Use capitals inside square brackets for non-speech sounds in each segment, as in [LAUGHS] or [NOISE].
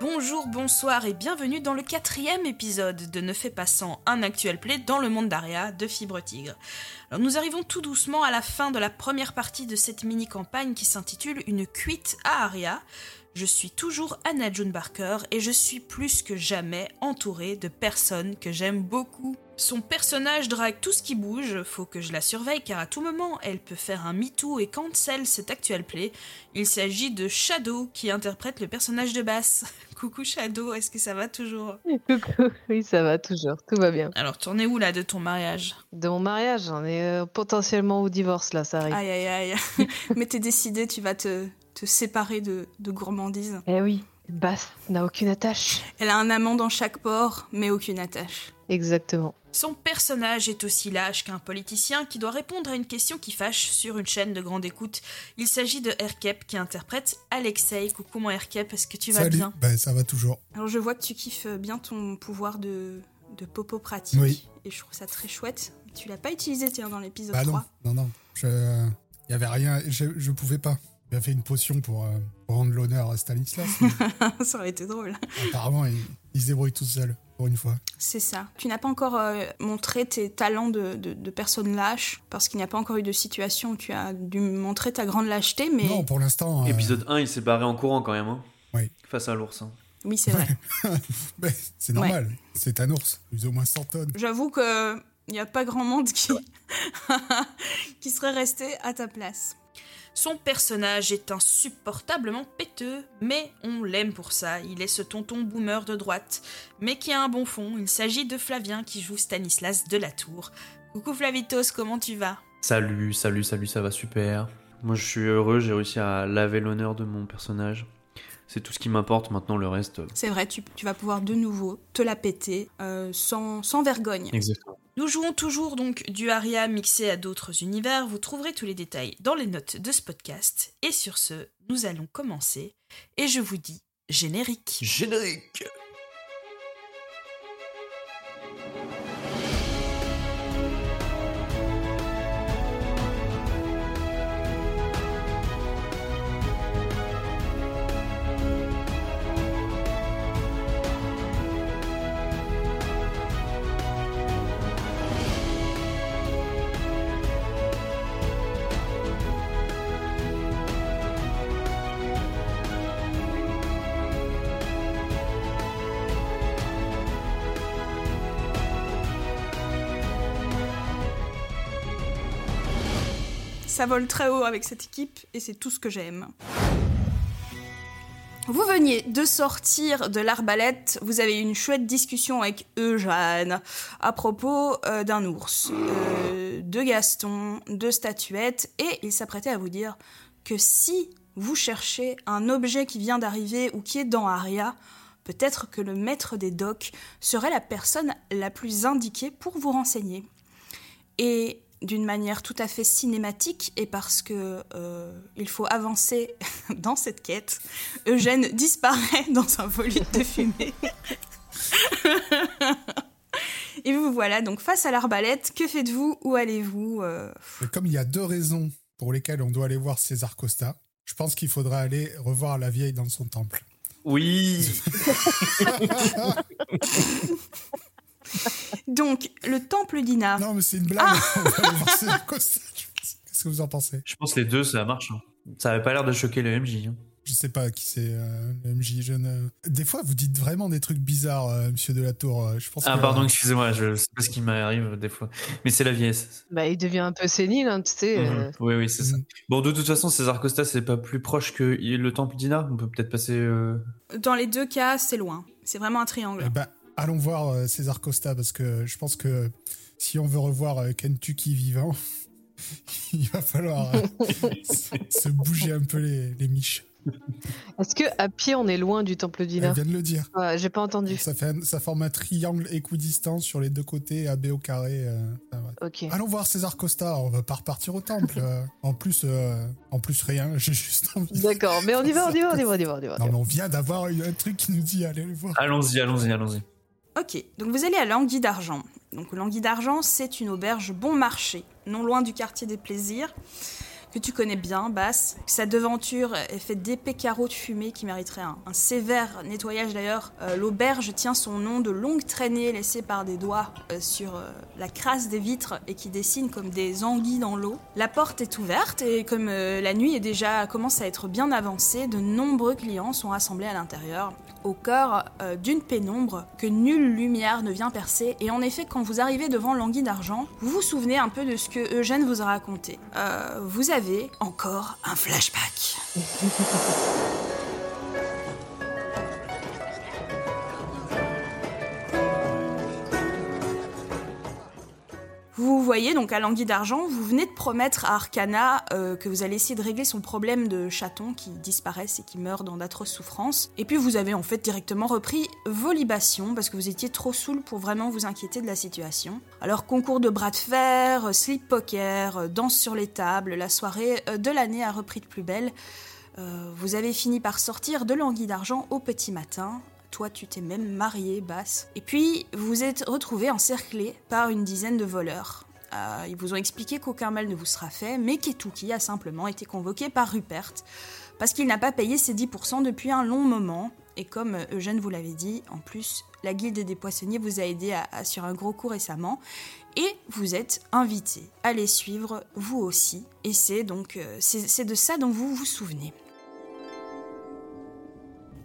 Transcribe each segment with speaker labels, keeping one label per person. Speaker 1: Bonjour, bonsoir et bienvenue dans le quatrième épisode de Ne fait pas sans un actuel play dans le monde d'Aria de Fibre Tigre. Alors nous arrivons tout doucement à la fin de la première partie de cette mini-campagne qui s'intitule Une cuite à Aria. Je suis toujours Anna June Barker et je suis plus que jamais entourée de personnes que j'aime beaucoup. Son personnage drague tout ce qui bouge, faut que je la surveille car à tout moment elle peut faire un MeToo et cancel cet actuel play. Il s'agit de Shadow qui interprète le personnage de Bass. Coucou Shadow, est-ce que ça va toujours
Speaker 2: [LAUGHS] oui, ça va toujours, tout va bien.
Speaker 1: Alors t'en es où là de ton mariage
Speaker 2: De mon mariage, on est euh, potentiellement au divorce là, ça arrive.
Speaker 3: Aïe aïe aïe. Mais t'es décidé, tu vas te, te séparer de, de gourmandise.
Speaker 2: Eh oui, Basse n'a aucune attache.
Speaker 3: Elle a un amant dans chaque port, mais aucune attache.
Speaker 2: Exactement.
Speaker 1: Son personnage est aussi lâche qu'un politicien qui doit répondre à une question qui fâche sur une chaîne de grande écoute. Il s'agit de Erkep qui interprète Alexei. Coucou mon Erkep, est-ce que tu vas
Speaker 4: Salut.
Speaker 1: bien
Speaker 4: Ben, ça va toujours.
Speaker 3: Alors je vois que tu kiffes bien ton pouvoir de, de popo pratique.
Speaker 4: Oui.
Speaker 3: Et je trouve ça très chouette. Tu l'as pas utilisé tiens, dans l'épisode
Speaker 4: Bah
Speaker 3: 3.
Speaker 4: non, non, non. Je, il y avait rien. Je, je pouvais pas. Il a fait une potion pour, euh, pour rendre l'honneur à Stanislas.
Speaker 1: [LAUGHS]
Speaker 3: [LAUGHS]
Speaker 4: mais
Speaker 3: ça aurait été drôle.
Speaker 4: apparemment, il, il se débrouille tout seul pour une fois.
Speaker 3: C'est ça. Tu n'as pas encore euh, montré tes talents de, de, de personne lâche, parce qu'il n'y a pas encore eu de situation où tu as dû montrer ta grande lâcheté, mais
Speaker 4: Non, pour l'instant. euh, [LAUGHS]
Speaker 5: Épisode 1, il s'est barré en courant quand même. hein.
Speaker 4: Oui.
Speaker 5: Face à l'ours. hein.
Speaker 3: oui, c'est
Speaker 4: [LAUGHS]
Speaker 3: vrai.
Speaker 4: ben, c'est normal. C'est un ours. Plus ou moins 100 tonnes.
Speaker 3: J'avoue que euh, il n'y a pas grand monde qui, [LAUGHS] qui serait resté à ta place.
Speaker 1: Son personnage est insupportablement péteux, mais on l'aime pour ça. Il est ce tonton boomer de droite, mais qui a un bon fond. Il s'agit de Flavien qui joue Stanislas de la Tour. Coucou Flavitos, comment tu vas
Speaker 5: Salut, salut, salut, ça va super. Moi je suis heureux, j'ai réussi à laver l'honneur de mon personnage. C'est tout ce qui m'importe maintenant, le reste. euh,
Speaker 3: C'est vrai, tu, tu vas pouvoir de nouveau te la péter euh, sans, sans vergogne.
Speaker 5: Exactement.
Speaker 1: Nous jouons toujours donc du Aria mixé à d'autres univers, vous trouverez tous les détails dans les notes de ce podcast. Et sur ce, nous allons commencer, et je vous dis générique.
Speaker 5: Générique
Speaker 3: Ça vole très haut avec cette équipe et c'est tout ce que j'aime. Vous veniez de sortir de l'arbalète, vous avez eu une chouette discussion avec Eugène à propos euh, d'un ours, euh, de Gaston, de statuettes, et il s'apprêtait à vous dire que si vous cherchez un objet qui vient d'arriver ou qui est dans Aria, peut-être que le maître des docks serait la personne la plus indiquée pour vous renseigner et d'une manière tout à fait cinématique et parce que euh, il faut avancer [LAUGHS] dans cette quête, Eugène disparaît dans un volute de fumée. [LAUGHS] et vous voilà donc face à l'arbalète, que faites-vous Où allez-vous Euh,
Speaker 4: Et comme il y a deux raisons pour lesquelles on doit aller voir César Costa, je pense qu'il faudra aller revoir la vieille dans son temple.
Speaker 5: [LAUGHS] Oui
Speaker 3: Donc le temple
Speaker 1: Ah.
Speaker 3: d'Inar.
Speaker 4: Non, mais c'est une blague. on va aller voir César Costa. je pense. Qu'est-ce que vous en pensez
Speaker 5: Je pense que les deux, ça marche. hein. Ça avait pas l'air de choquer le MJ. hein.
Speaker 4: Je sais pas qui c'est, euh, le MJ. Je ne- euh. Des fois, vous dites vraiment des trucs bizarres, euh, monsieur Delatour. Euh, Je pense
Speaker 5: Ah,
Speaker 4: que-
Speaker 5: pardon, excusez-moi, je sais pas ce qui m'arrive des fois. Mais c'est la vieillesse.
Speaker 2: Bah, il devient un peu sénile, hein, tu sais.
Speaker 5: Mhm.
Speaker 2: euh,
Speaker 5: Oui, oui, c'est ça.
Speaker 4: Mhm.
Speaker 5: Bon, de toute façon, César Costa, c'est pas plus proche que le temple d'Ina. On peut peut-être passer. euh,
Speaker 3: Dans les deux cas, c'est loin. C'est vraiment un triangle.
Speaker 4: Eh ben, allons voir euh, César Costa parce que je pense que si on veut revoir euh, Kentucky vivant, [LAUGHS] il va falloir
Speaker 2: [LAUGHS]
Speaker 4: euh, se se bouger un peu les, les miches.
Speaker 2: Est-ce que à pied, on est loin du temple
Speaker 4: Elle
Speaker 2: d'Ina
Speaker 4: vient de le dire.
Speaker 2: Ah, J'ai pas entendu.
Speaker 4: Ça, fait un- ça forme un triangle équidistant sur les deux côtés, AB au carré. euh, ah ouais.
Speaker 2: Ok.
Speaker 4: Allons voir César Costa, on va pas repartir au temple. euh. En plus, euh, en plus rien, [LAUGHS] j'ai juste envie. de-
Speaker 2: D'accord, mais on y va, on y va, on y va, on y va, on y va.
Speaker 4: Non, mais on vient d'avoir eu un truc qui nous dit allez le voir.
Speaker 5: Allons-y, allons-y, allons-y.
Speaker 3: Ok, donc vous allez à l'Anguille d'Argent. Donc l'Anguille d'Argent, c'est une auberge bon marché, non loin du quartier des plaisirs, que tu connais bien, Bass. Sa devanture est faite d'épais carreaux de fumée qui mériteraient un, un sévère nettoyage d'ailleurs. Euh, L'auberge tient son nom de longues traînées laissées par des doigts euh, sur euh, la crasse des vitres et qui dessinent comme des anguilles dans l'eau. La porte est ouverte et comme euh, la nuit est déjà commence à être bien avancée, de nombreux clients sont assemblés à l'intérieur au cœur euh, d'une pénombre que nulle lumière ne vient percer. Et en effet, quand vous arrivez devant l'anguille d'argent, vous vous souvenez un peu de ce que Eugène vous a raconté. Euh, vous avez encore un flashback. Vous voyez donc à l'anguille d'argent, vous venez de promettre à Arcana euh, que vous allez essayer de régler son problème de chatons qui disparaissent et qui meurent dans d'atroces souffrances. Et puis vous avez en fait directement repris vos libations parce que vous étiez trop saoul pour vraiment vous inquiéter de la situation. Alors concours de bras de fer, euh, slip poker, euh, danse sur les tables, la soirée euh, de l'année a repris de plus belle. Euh, vous avez fini par sortir de l'anguille d'argent au petit matin. Toi, tu t'es même marié, Basse. Et puis, vous vous êtes retrouvé encerclé par une dizaine de voleurs. Euh, ils vous ont expliqué qu'aucun mal ne vous sera fait, mais Ketuki a simplement été convoqué par Rupert parce qu'il n'a pas payé ses 10% depuis un long moment. Et comme euh, Eugène vous l'avait dit, en plus, la guilde des poissonniers vous a aidé à- à- sur un gros coup récemment et vous êtes invité à les suivre vous aussi. Et c'est donc euh, c'est c'est de ça dont vous vous souvenez.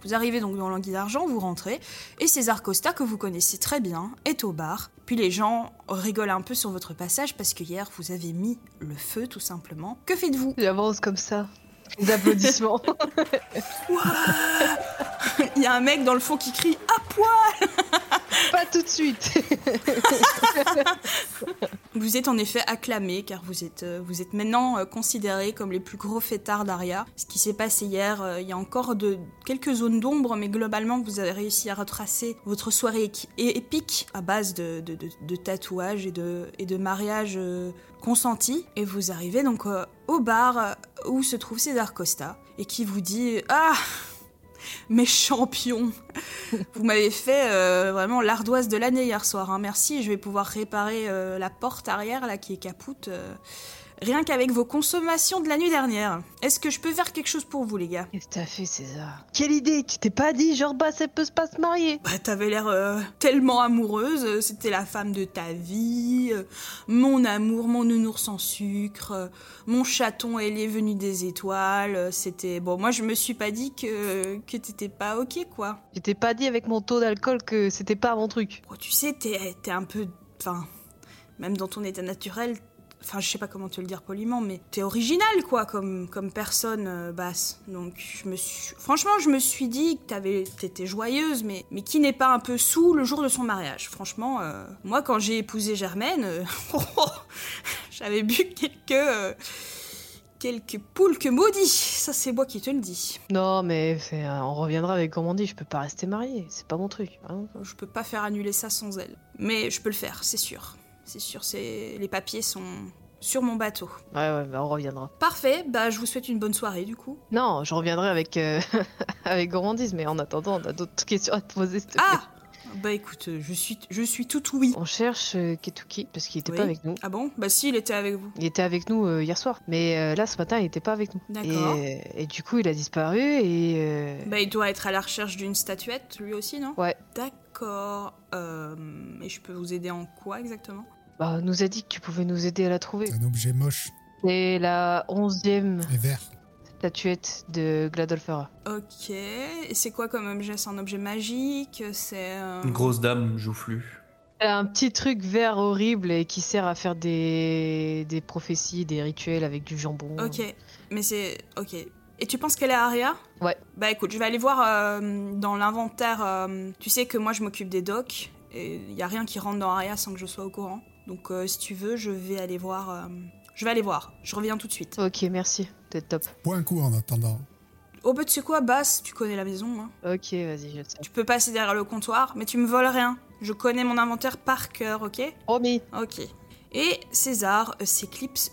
Speaker 3: Vous arrivez donc dans l'anguille d'argent, vous rentrez, et César Costa, que vous connaissez très bien, est au bar. Puis les gens rigolent un peu sur votre passage parce que hier vous avez mis le feu tout simplement. Que faites-vous
Speaker 2: J'avance comme ça. Des [LAUGHS] applaudissements.
Speaker 3: Il y a un mec dans le fond qui crie Ah poil
Speaker 2: Pas tout de suite.
Speaker 3: Vous êtes en effet acclamé car vous êtes, euh, vous êtes maintenant euh, considéré comme les plus gros fêtards d'Aria. Ce qui s'est passé hier, euh, il y a encore de, quelques zones d'ombre, mais globalement vous avez réussi à retracer votre soirée équi- é- épique à base de, de- de- de tatouages et de, et de mariages euh, consentis. Et vous arrivez donc euh, au bar euh, où se trouve César Costa et qui vous dit Ah Mes champions vous m'avez fait euh, vraiment l'ardoise de l'année hier soir. hein. Merci, je vais pouvoir réparer euh, la porte arrière là qui est capoute. euh, rien qu'avec vos consommations de la nuit dernière. Est-ce que je peux faire quelque chose pour vous, les gars
Speaker 2: Qu'est-ce que t'as fait, César Quelle idée Tu t'es pas dit, genre, bah, ça peut se pas se marier.
Speaker 3: Bah, t'avais l'air euh, tellement amoureuse. euh, C'était la femme de ta vie. euh, mon amour, mon nounours sans sucre. euh, mon chaton ailé venu des étoiles. euh, C'était. Bon, moi, je me suis pas dit que, que t'étais pas ok, quoi.
Speaker 2: Tu t'es pas dit avec mon taux d'alcool que c'était pas mon truc.
Speaker 3: Oh, tu sais, t'es t'es un peu. Enfin, même dans ton état naturel, enfin, je sais pas comment te le dire poliment, mais t'es original, quoi, comme, comme personne euh, basse. Donc, je me suis. Franchement, je me suis dit que t'avais- t'étais joyeuse, mais, mais qui n'est pas un peu sous le jour de son mariage Franchement, euh, moi, quand j'ai épousé Germaine, euh, [LAUGHS] j'avais bu quelques. euh, quelques poules que maudits. Ça, c'est moi qui te le dis.
Speaker 2: Non, mais c'est, euh, on reviendra avec comment on dit, je peux pas rester mariée, c'est pas mon truc. hein.
Speaker 3: Je peux pas faire annuler ça sans elle. Mais je peux le faire, c'est sûr. C'est sûr, c'est... les papiers sont sur mon bateau.
Speaker 2: Ouais, ouais, bah, on reviendra.
Speaker 3: Parfait, bah je vous souhaite une bonne soirée du coup.
Speaker 2: Non, je reviendrai avec, euh, [LAUGHS] avec Gourmandise, mais en attendant, on a d'autres [LAUGHS] questions à te poser, s'il te plaît.
Speaker 3: Ah Bah écoute, euh, je suis, je suis tout oui.
Speaker 2: On cherche euh, Ketuki, parce qu'il était
Speaker 3: Oui.
Speaker 2: pas avec nous.
Speaker 3: Ah bon Bah si, il était avec vous.
Speaker 2: Il était avec nous euh, hier soir, mais euh, là, ce matin, il était pas avec nous. Et,
Speaker 3: D'accord.
Speaker 2: euh, et du coup, il a disparu et. euh,
Speaker 3: Bah il doit être à la recherche d'une statuette, lui aussi, non
Speaker 2: Ouais.
Speaker 3: D'accord. Euh, et je peux vous aider en quoi exactement
Speaker 2: bah, on nous a dit que tu pouvais nous aider à la trouver.
Speaker 4: C'est un objet moche
Speaker 2: C'est la onzième
Speaker 4: et vert.
Speaker 2: statuette de Gladolfera.
Speaker 3: Ok. Et c'est quoi comme objet C'est un objet magique C'est... euh,
Speaker 5: Une grosse dame joufflue.
Speaker 2: Elle a un petit truc vert horrible et qui sert à faire des, des prophéties, des rituels avec du jambon.
Speaker 3: Ok, mais c'est. Ok. Et tu penses qu'elle est Aria
Speaker 2: Ouais.
Speaker 3: Bah écoute, je vais aller voir euh, dans l'inventaire. euh, tu sais que moi je m'occupe des docs et il y a rien qui rentre dans Aria sans que je sois au courant. Donc euh, si tu veux, je vais aller voir. euh, je vais aller voir. Je reviens tout de suite.
Speaker 2: Ok, merci. T'es top.
Speaker 4: Bois un coup en attendant.
Speaker 3: Au but, c'est quoi, Basse Tu connais la maison. Hein.
Speaker 2: Ok, vas-y, je te sers.
Speaker 3: Tu peux passer derrière le comptoir, mais tu me voles rien. Je connais mon inventaire par cœur, ok
Speaker 2: Promis.
Speaker 3: Ok. Et César euh, s'éclipse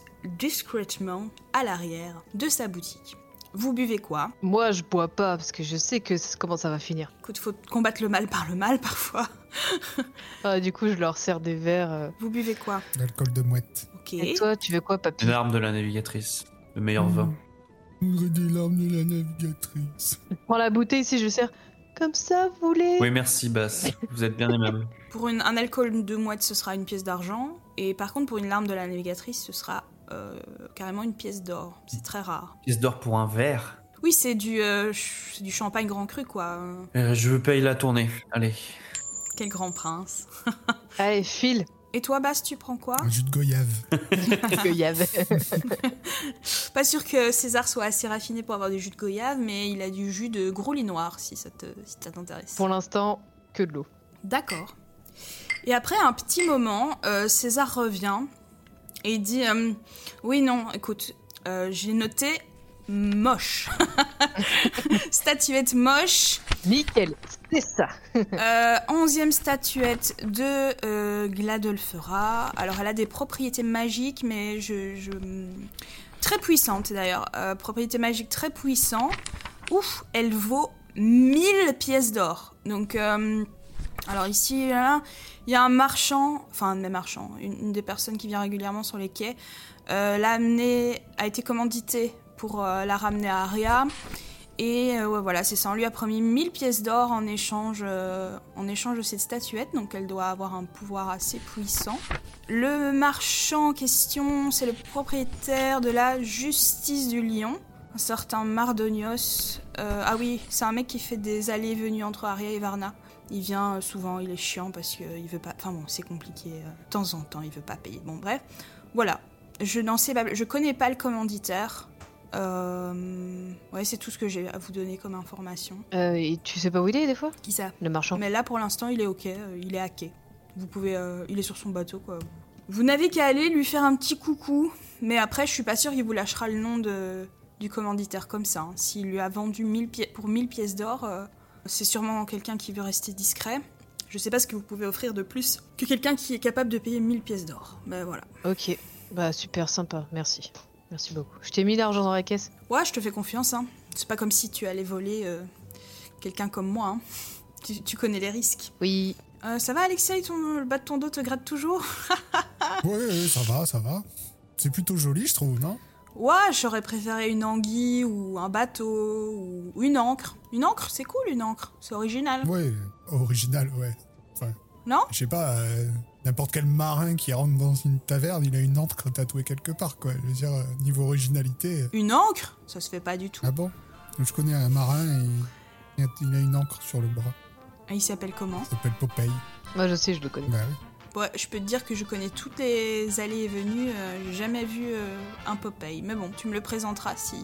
Speaker 3: discrètement à l'arrière de sa boutique. Vous buvez quoi
Speaker 2: Moi, je bois pas parce que je sais que c- comment ça va finir.
Speaker 3: Écoute, faut combattre le mal par le mal [LAUGHS] parfois.
Speaker 2: Ah, du coup, je leur sers des verres. euh.
Speaker 3: Vous buvez quoi
Speaker 4: L'alcool de mouette.
Speaker 3: Ok.
Speaker 2: Et toi, tu veux quoi, papy
Speaker 5: Une arme de la navigatrice. le meilleur vin.
Speaker 4: Des larmes de la navigatrice.
Speaker 2: Prends la bouteille si je sers. Comme ça, vous voulez
Speaker 5: Oui, merci, Basse. Vous êtes bien aimable.
Speaker 3: Pour une- un alcool de mouette, ce sera une pièce d'argent. Et par contre, pour une larme de la navigatrice, ce sera euh, carrément une pièce d'or. C'est très rare.
Speaker 5: Il se dort pour un verre.
Speaker 3: Oui, c'est du, euh, ch- c'est du champagne grand cru, quoi. Euh,
Speaker 5: Euh, je paye la tournée. Allez.
Speaker 3: Quel grand prince.
Speaker 2: Allez, file.
Speaker 3: Et toi, Bas, tu prends quoi
Speaker 4: Un jus de goyave.
Speaker 2: Il y avait.
Speaker 3: Pas sûr que César soit assez raffiné pour avoir du jus de goyave, mais il a du jus de gros lit noir, si ça te- si ça t'intéresse.
Speaker 2: [LAUGHS] Pour l'instant, que de l'eau.
Speaker 3: D'accord. Et après un petit moment, euh, César revient et dit euh, Oui, non, écoute, euh, j'ai noté moche. [LAUGHS] Statuette moche.
Speaker 2: Nickel, c'est ça.
Speaker 3: Euh, onzième statuette de euh, Gladolfera. Alors, elle a des propriétés magiques, mais je. je- Très puissante d'ailleurs. Euh, propriété magique très puissant. Ouf, elle vaut 1000 pièces d'or. Donc. euh, alors ici, là, il y a un marchand, enfin un des marchands, une, une des personnes qui vient régulièrement sur les quais, euh, l'a amenée, a été commanditée pour euh, la ramener à Aria. Et euh, ouais, voilà, c'est ça. On lui a promis 1000 pièces d'or en échange, euh, en échange de cette statuette, donc elle doit avoir un pouvoir assez puissant. Le marchand en question, c'est le propriétaire de la Justice du Lion, un certain Mardonios. Euh, ah oui, c'est un mec qui fait des allées et venues entre Aria et Varna. Il vient euh, souvent, il est chiant parce qu'il veut pas. Enfin bon, c'est compliqué. euh, de temps en temps, il veut pas payer. Bon, bref. Voilà. Je n'en sais pas. Je connais pas le commanditaire. Euh, ouais, c'est tout ce que j'ai à vous donner comme information.
Speaker 2: Euh, et tu sais pas où il est des fois
Speaker 3: Qui ça
Speaker 2: Le marchand.
Speaker 3: Mais là, pour l'instant, il est ok. euh, Il est hacké. Vous pouvez. euh, il est sur son bateau, quoi. Vous n'avez qu'à aller lui faire un petit coucou. Mais après, je suis pas sûre qu'il vous lâchera le nom de, du commanditaire comme ça. hein. S'il lui a vendu 1000 pièces pour 1000 pièces d'or, euh, c'est sûrement quelqu'un qui veut rester discret. Je sais pas ce que vous pouvez offrir de plus que quelqu'un qui est capable de payer 1000 pièces d'or. Mais voilà.
Speaker 2: Ok. Bah super sympa, merci. Merci beaucoup. Je t'ai mis l'argent dans la caisse.
Speaker 3: Ouais, je te fais confiance. Hein. C'est pas comme si tu allais voler euh, quelqu'un comme moi. hein. Tu, tu connais les risques.
Speaker 2: Oui.
Speaker 3: Euh, ça va, Alexei ton, Le bas de ton dos te gratte toujours
Speaker 4: Ouais, ouais, ça va, ça va. C'est plutôt joli, je trouve, non
Speaker 3: Ouais, j'aurais préféré une anguille ou un bateau ou ou une encre. Une encre, c'est cool, une encre. C'est original.
Speaker 4: Ouais, original, ouais. Enfin,
Speaker 3: Ah. Non
Speaker 4: Je sais pas, euh, n'importe quel marin qui rentre dans une taverne, il a une encre tatouée quelque part, quoi. Je veux dire, euh, niveau originalité. euh,
Speaker 3: Une encre Ça se fait pas du tout.
Speaker 4: Ah bon Je connais un marin et il a- il a une encre sur le bras.
Speaker 3: Et Ah, il s'appelle comment
Speaker 4: Ça s'appelle Popeye.
Speaker 2: Moi je sais, je le connais.
Speaker 4: Bah oui.
Speaker 3: Ouais, je peux te dire que je connais toutes les allées et venues. euh, J'ai jamais vu euh, un Popeye. Mais bon, tu me le présenteras si.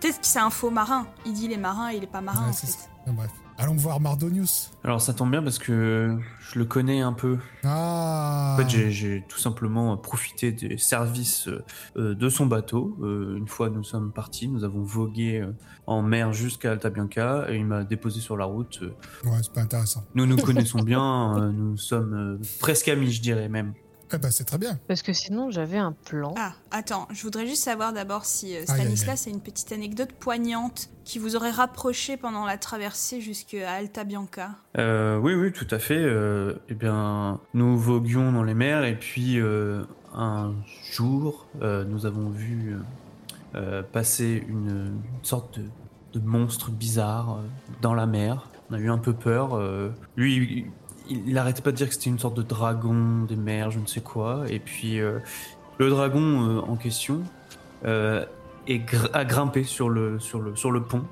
Speaker 3: Peut-être que c'est un faux marin. Il dit les marins, il est pas marin
Speaker 4: Ouais,
Speaker 3: en
Speaker 4: c'est
Speaker 3: fait.
Speaker 4: ça. Ah, bref. Allons voir Mardonius.
Speaker 5: Alors, ça tombe bien parce que je le connais un peu.
Speaker 4: Ah
Speaker 5: En fait, j'ai- j'ai tout simplement profité des services euh, euh, de son bateau. Euh, une fois nous sommes partis, nous avons vogué euh, en mer jusqu'à Alta Bianca et il m'a déposé sur la route. Euh,
Speaker 4: Ouais, c'est pas intéressant.
Speaker 5: Nous nous connaissons bien, euh, nous sommes euh, presque amis, je dirais même.
Speaker 4: Eh ben, c'est très bien.
Speaker 2: Parce que sinon j'avais un plan.
Speaker 3: Ah, attends, je voudrais juste savoir d'abord si euh,
Speaker 4: Aïe, aïe,
Speaker 3: Stanislas a une petite anecdote poignante qui vous aurait rapproché pendant la traversée jusqu'à Alta Bianca.
Speaker 5: Euh, oui, oui, tout à fait. Euh, eh bien, nous voguions dans les mers et puis euh, un jour, euh, nous avons vu euh, euh, passer une, une sorte de, de monstre bizarre euh, dans la mer. On a eu un peu peur. euh. lui, il, il arrête pas de dire que c'était une sorte de dragon des mers, je ne sais quoi. Et puis, euh, le dragon euh, en question euh, est gr- a grimpé sur le, sur le, sur le pont.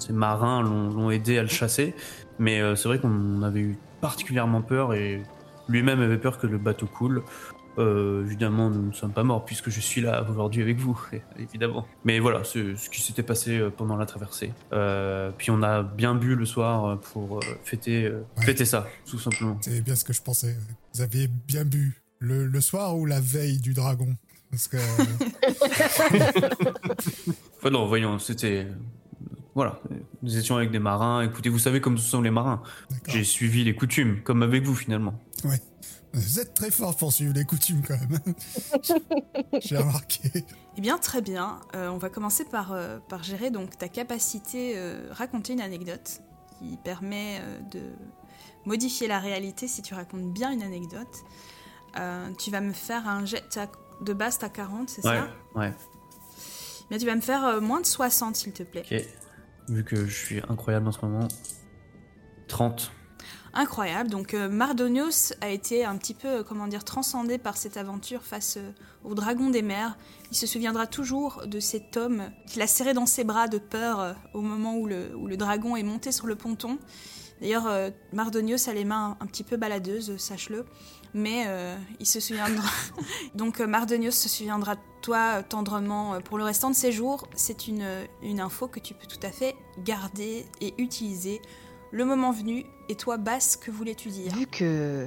Speaker 5: Ces marins l'ont l'ont aidé à le chasser. Mais euh, c'est vrai qu'on avait eu particulièrement peur et lui-même avait peur que le bateau coule. Euh, évidemment, nous ne sommes pas morts puisque je suis là aujourd'hui avec vous, [LAUGHS] évidemment. Mais voilà, c'est ce qui s'était passé euh, pendant la traversée. Euh, puis on a bien bu le soir euh, pour euh, fêter, euh,
Speaker 4: Ouais.
Speaker 5: fêter ça, tout simplement.
Speaker 4: C'est bien ce que je pensais. Vous aviez bien bu. Le, le soir ou la veille du dragon
Speaker 3: [LAUGHS]
Speaker 4: Parce que. euh,
Speaker 5: Enfin non, voyons, c'était... euh, Voilà, nous étions avec des marins. Écoutez, vous savez comme sont les marins.
Speaker 3: Ah.
Speaker 4: D'accord.
Speaker 5: J'ai suivi les coutumes, comme avec vous finalement.
Speaker 4: Vous êtes très fort pour suivre les coutumes, quand même.
Speaker 3: [LAUGHS]
Speaker 4: J'ai remarqué.
Speaker 3: Eh bien, très bien. Euh, on va commencer par, euh, par gérer donc ta capacité euh, raconter une anecdote qui permet euh, de modifier la réalité si tu racontes bien une anecdote. Euh, tu vas me faire un jet t'as- de base, t'as 40, c'est
Speaker 5: Ouais,
Speaker 3: ça
Speaker 5: ouais.
Speaker 3: Mais tu vas me faire euh, moins de 60, s'il te plaît.
Speaker 5: Ok. Vu que je suis incroyable en ce moment. 30.
Speaker 3: Incroyable. Donc euh, Mardonius a été un petit peu, euh, comment dire, transcendé par cette aventure face euh, au dragon des mers. Il se souviendra toujours de cet homme qu'il a serré dans ses bras de peur euh, au moment où le, où le dragon est monté sur le ponton. D'ailleurs, euh, Mardonius a les mains un, un petit peu baladeuses, euh, sache-le. Mais euh, il se souviendra. [LAUGHS] Donc euh, Mardonius se souviendra de toi euh, tendrement euh, pour le restant de ses jours. C'est une, euh, une info que tu peux tout à fait garder et utiliser le moment venu, et toi, Basse, que voulais-tu dire
Speaker 2: Vu que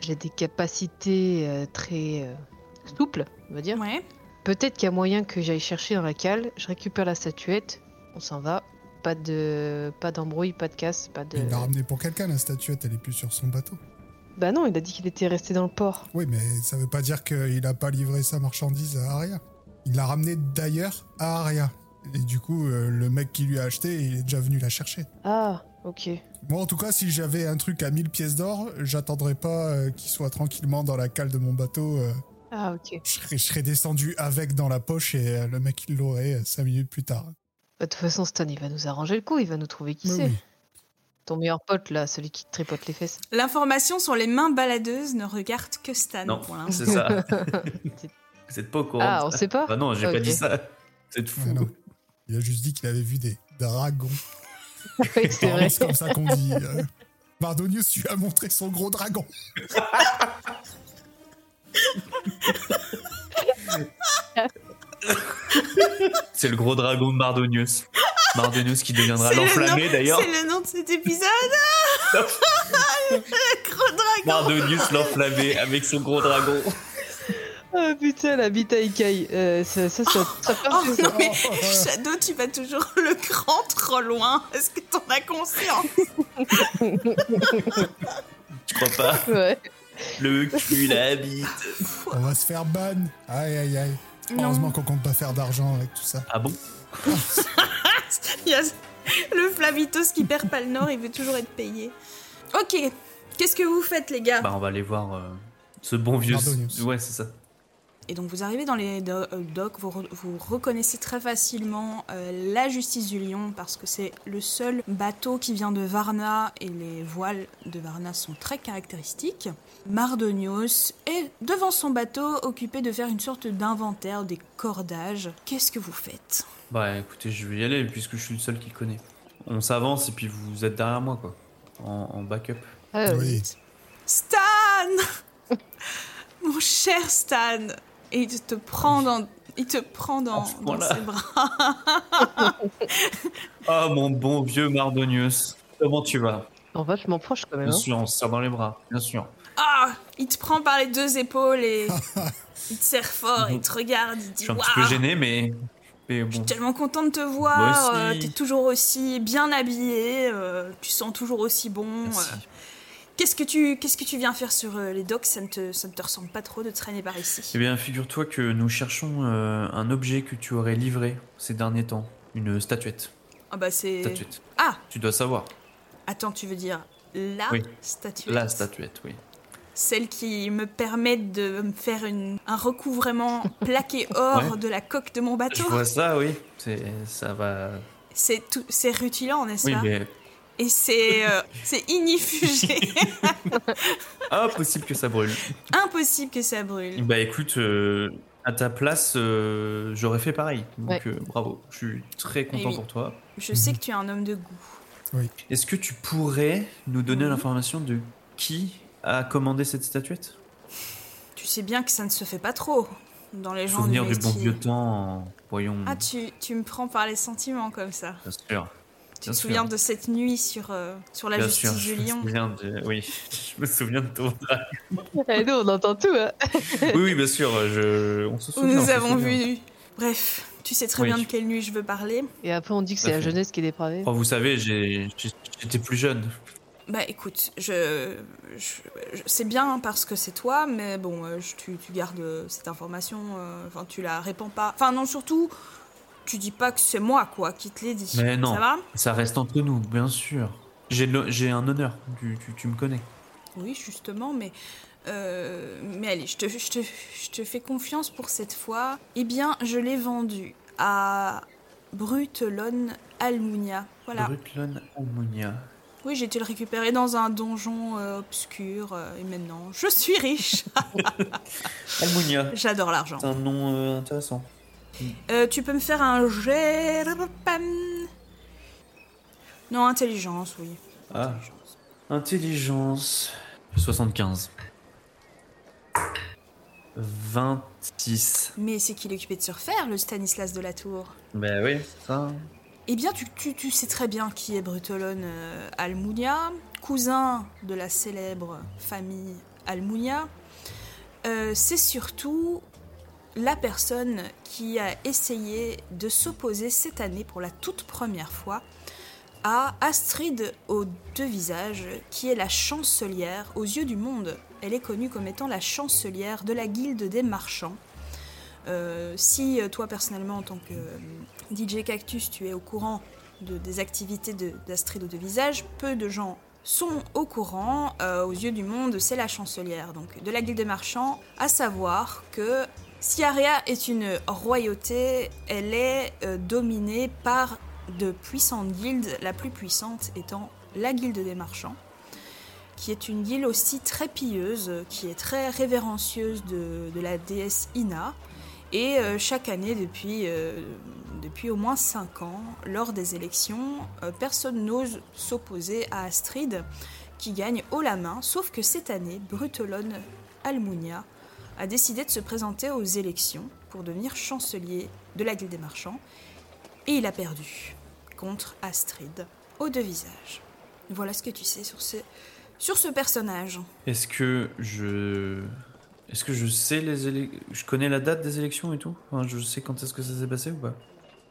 Speaker 2: j'ai des capacités euh, très euh, souples, on va dire,
Speaker 3: Ouais,
Speaker 2: peut-être qu'il y a moyen que j'aille chercher dans la cale, je récupère la statuette, on s'en va. Pas de pas d'embrouille, pas de casse, pas de.
Speaker 4: Il l'a ramené pour quelqu'un, la statuette, elle est plus sur son bateau.
Speaker 2: Bah non, il a dit qu'il était resté dans le port.
Speaker 4: Oui, mais ça veut pas dire qu'il a pas livré sa marchandise à Aria. Il l'a ramenée d'ailleurs à Aria. Et du coup, euh, le mec qui lui a acheté, il est déjà venu la chercher.
Speaker 2: Ah, ok.
Speaker 4: Moi, en tout cas, si j'avais un truc à 1000 pièces d'or, j'attendrais pas euh, qu'il soit tranquillement dans la cale de mon bateau. euh,
Speaker 2: Ah, ok.
Speaker 4: je, serais, je serais descendu avec dans la poche et euh, le mec, il l'aurait 5 minutes plus tard.
Speaker 2: Bah, de toute façon, Stan, il va nous arranger le coup, il va nous trouver qui
Speaker 4: Mais
Speaker 2: c'est.
Speaker 4: oui.
Speaker 2: Ton meilleur pote, là, celui qui te tripote les fesses.
Speaker 3: L'information sur les mains baladeuses ne regarde que Stan
Speaker 5: Non,
Speaker 3: Ah pour l'instant. [LAUGHS]
Speaker 5: c'est ça. Vous êtes pas au courant.
Speaker 2: [LAUGHS] ah, on sait pas
Speaker 5: Bah non, j'ai
Speaker 2: Ok.
Speaker 5: pas dit ça. C'est fou.
Speaker 4: Ah non. Il a juste dit qu'il avait vu des dragons.
Speaker 2: Oui, [LAUGHS] c'est vrai.
Speaker 4: C'est comme ça qu'on dit. euh. Mardonius, tu as montré son
Speaker 2: [LAUGHS]
Speaker 4: gros dragon.
Speaker 5: C'est le gros dragon de Mardonius. Mardonius qui deviendra
Speaker 3: C'est le
Speaker 5: l'enflammé
Speaker 3: nom-
Speaker 5: d'ailleurs.
Speaker 3: C'est le nom de cet épisode Ah, Le gros dragon
Speaker 5: Mardonius l'enflammé avec son gros dragon.
Speaker 2: Ah putain, la bite à Ikai. Euh, ça, ça, ça, ça
Speaker 3: Oh,
Speaker 2: part, ça.
Speaker 3: mais Shadow, tu vas toujours le grand trop loin. Est-ce que t'en as conscience
Speaker 5: Je crois pas.
Speaker 2: Ouais.
Speaker 5: Le cul, la bite.
Speaker 4: [LAUGHS] On va se faire ban. Aïe, aïe, aïe. Heureusement qu'on compte pas faire d'argent avec tout ça.
Speaker 5: Ah bon
Speaker 3: Il y a le Flavitos qui perd pas le nord, il veut toujours être payé. Ok, qu'est-ce que vous faites, les gars
Speaker 5: Bah on va aller voir euh, ce bon vieux.
Speaker 4: Mardonius.
Speaker 5: Ouais, c'est ça.
Speaker 3: Et donc vous arrivez dans les do- euh, docks, vous, re- vous reconnaissez très facilement euh, la Justice du Lion parce que c'est le seul bateau qui vient de Varna et les voiles de Varna sont très caractéristiques. Mardonios est devant son bateau occupé de faire une sorte d'inventaire des cordages. Qu'est-ce que vous faites
Speaker 5: Bah écoutez, je vais y aller puisque je suis le seul qui le connaît. On s'avance et puis vous êtes derrière moi quoi. En, en backup.
Speaker 2: Ah,
Speaker 4: oui.
Speaker 3: Stan [LAUGHS] Mon cher Stan Et il te prend dans, il te prend dans,
Speaker 5: À ce
Speaker 3: dans
Speaker 5: point-là.
Speaker 3: ses bras.
Speaker 5: Ah mon bon vieux Mardonius. Comment tu vas
Speaker 2: En vachement proche quand même.
Speaker 5: Bien
Speaker 2: Hein.
Speaker 5: sûr, on se serre dans les bras. Bien sûr.
Speaker 3: Ah Il te prend par les deux épaules et il te serre fort, il te regarde, il
Speaker 5: Je
Speaker 3: dit
Speaker 5: suis un
Speaker 3: Waouh
Speaker 5: petit peu gêné mais... mais
Speaker 3: Je
Speaker 5: bon.
Speaker 3: suis tellement content de te voir,
Speaker 5: Moi
Speaker 3: euh,
Speaker 5: aussi.
Speaker 3: t'es toujours aussi bien habillé, euh, tu sens toujours aussi bon.
Speaker 5: Merci.
Speaker 3: euh. Qu'est-ce que tu qu'est-ce que tu viens faire sur euh, les docks ça ne, te, ça ne te ressemble pas trop de traîner par
Speaker 5: Eh
Speaker 3: ici.
Speaker 5: bien, figure-toi que nous cherchons euh, un objet que tu aurais livré ces derniers temps. Une statuette.
Speaker 3: Ah bah c'est.
Speaker 5: Statuette.
Speaker 3: Ah
Speaker 5: Tu dois savoir.
Speaker 3: Attends, tu veux dire la
Speaker 5: Oui.
Speaker 3: statue
Speaker 5: La statuette, oui.
Speaker 3: Celle qui me permet de me faire une, un recouvrement plaqué or
Speaker 5: Ouais.
Speaker 3: de la coque de mon
Speaker 5: Je
Speaker 3: bateau.
Speaker 5: vois ça, oui. C'est, ça va.
Speaker 3: C'est tout, c'est rutilant, n'est-ce
Speaker 5: Oui,
Speaker 3: pas
Speaker 5: mais
Speaker 3: Et c'est
Speaker 5: [LAUGHS]
Speaker 3: euh, c'est inifugé.
Speaker 5: impossible ah, que
Speaker 3: [LAUGHS]
Speaker 5: ça brûle.
Speaker 3: Impossible que ça brûle.
Speaker 5: Bah écoute, euh, à ta place, euh, j'aurais fait pareil. Donc
Speaker 2: Ouais.
Speaker 5: euh, bravo. Je suis très content
Speaker 3: Eh oui.
Speaker 5: pour toi.
Speaker 3: Je sais que tu es un homme de goût.
Speaker 5: Est-ce que tu pourrais nous donner
Speaker 3: Mhm.
Speaker 5: l'information de qui a commandé cette statuette
Speaker 3: Tu sais bien que ça ne se fait pas trop dans les gens
Speaker 5: Souvenir du
Speaker 3: métier.
Speaker 5: bon vieux temps. Voyons.
Speaker 3: Ah, tu, tu me prends par les sentiments comme ça.
Speaker 5: Bien sûr.
Speaker 3: Tu
Speaker 5: Bien
Speaker 3: te
Speaker 5: sûr.
Speaker 3: souviens de cette nuit sur, euh, sur la
Speaker 5: Bien
Speaker 3: justice
Speaker 5: sûr,
Speaker 3: du
Speaker 5: je me
Speaker 3: lion
Speaker 5: souviens de... [LAUGHS] Oui, je me souviens de ton
Speaker 2: Eh, nous, on entend tout. Hein.
Speaker 5: Oui, oui, bien sûr, je... on se
Speaker 3: où
Speaker 5: souvient. on
Speaker 3: nous
Speaker 5: se
Speaker 3: avons
Speaker 5: souvient.
Speaker 3: vu. Bref, tu sais très
Speaker 5: Oui.
Speaker 3: bien de quelle nuit je veux parler.
Speaker 2: Et après, on dit que c'est
Speaker 5: Tout à
Speaker 2: la
Speaker 5: fait.
Speaker 2: jeunesse qui est dépravée.
Speaker 5: Oh, vous savez, j'ai- j'ai- j'étais plus jeune.
Speaker 3: Bah écoute, je, je, je- c'est bien parce que c'est toi, mais bon, euh, je- tu, tu gardes euh, cette information, euh, enfin tu la répands pas. Enfin non, surtout, tu dis pas que c'est moi quoi qui te l'ai dit.
Speaker 5: Mais non.
Speaker 3: Ça va
Speaker 5: Ça reste entre nous, bien sûr. J'ai le- j'ai un honneur, tu, tu- tu me connais.
Speaker 3: Oui, justement, mais. euh, mais allez, je te, je, te, je te fais confiance pour cette fois. Eh bien, je l'ai vendu à Brutelon Almunia. Voilà.
Speaker 5: Brutlon Ammonia.
Speaker 3: Oui, j'ai été le récupérer dans un donjon euh, obscur euh, et maintenant je suis riche. [LAUGHS]
Speaker 5: Almonia.
Speaker 3: J'adore l'argent.
Speaker 5: C'est un nom euh, intéressant.
Speaker 3: Euh, tu peux me faire un jet. Pam. Non, intelligence, oui.
Speaker 5: Ah. Intelligence. 75. 26.
Speaker 3: Mais c'est qu'il est occupé de se refaire, le Stanislas de la Tour.
Speaker 5: Bah oui, c'est ça.
Speaker 3: Eh bien, tu, tu- tu sais très bien qui est Brutolone euh, Almunia, cousin de la célèbre famille Almunia. Euh, c'est surtout la personne qui a essayé de s'opposer cette année pour la toute première fois à Astrid aux deux visages, qui est la chancelière aux yeux du monde. Elle est connue comme étant la chancelière de la guilde des marchands. Euh, si euh, toi personnellement en tant que euh, DJ Cactus tu es au courant de- des activités de- d'Astrid aux deux visages, peu de gens sont au courant. Euh, aux yeux du monde, c'est la chancelière donc de la guilde des marchands, à savoir que si Aria est une royauté, elle est euh, dominée par de puissantes guildes, la plus puissante étant la guilde des marchands qui est une guilde aussi très pieuse, euh, qui est très révérencieuse de, de la déesse Ina. Et euh, chaque année, depuis, euh, depuis au moins 5 ans, lors des élections, euh, personne n'ose s'opposer à Astrid, qui gagne haut la main, sauf que cette année, Brutolone Almunia a décidé de se présenter aux élections pour devenir chancelier de la Guilde des Marchands, et il a perdu contre Astrid, aux deux visages. Voilà ce que tu sais sur ce, sur ce personnage.
Speaker 5: Est-ce que je. Est-ce que je sais les éle- Je connais la date des élections et tout Enfin, Je sais quand est-ce que ça s'est passé ou pas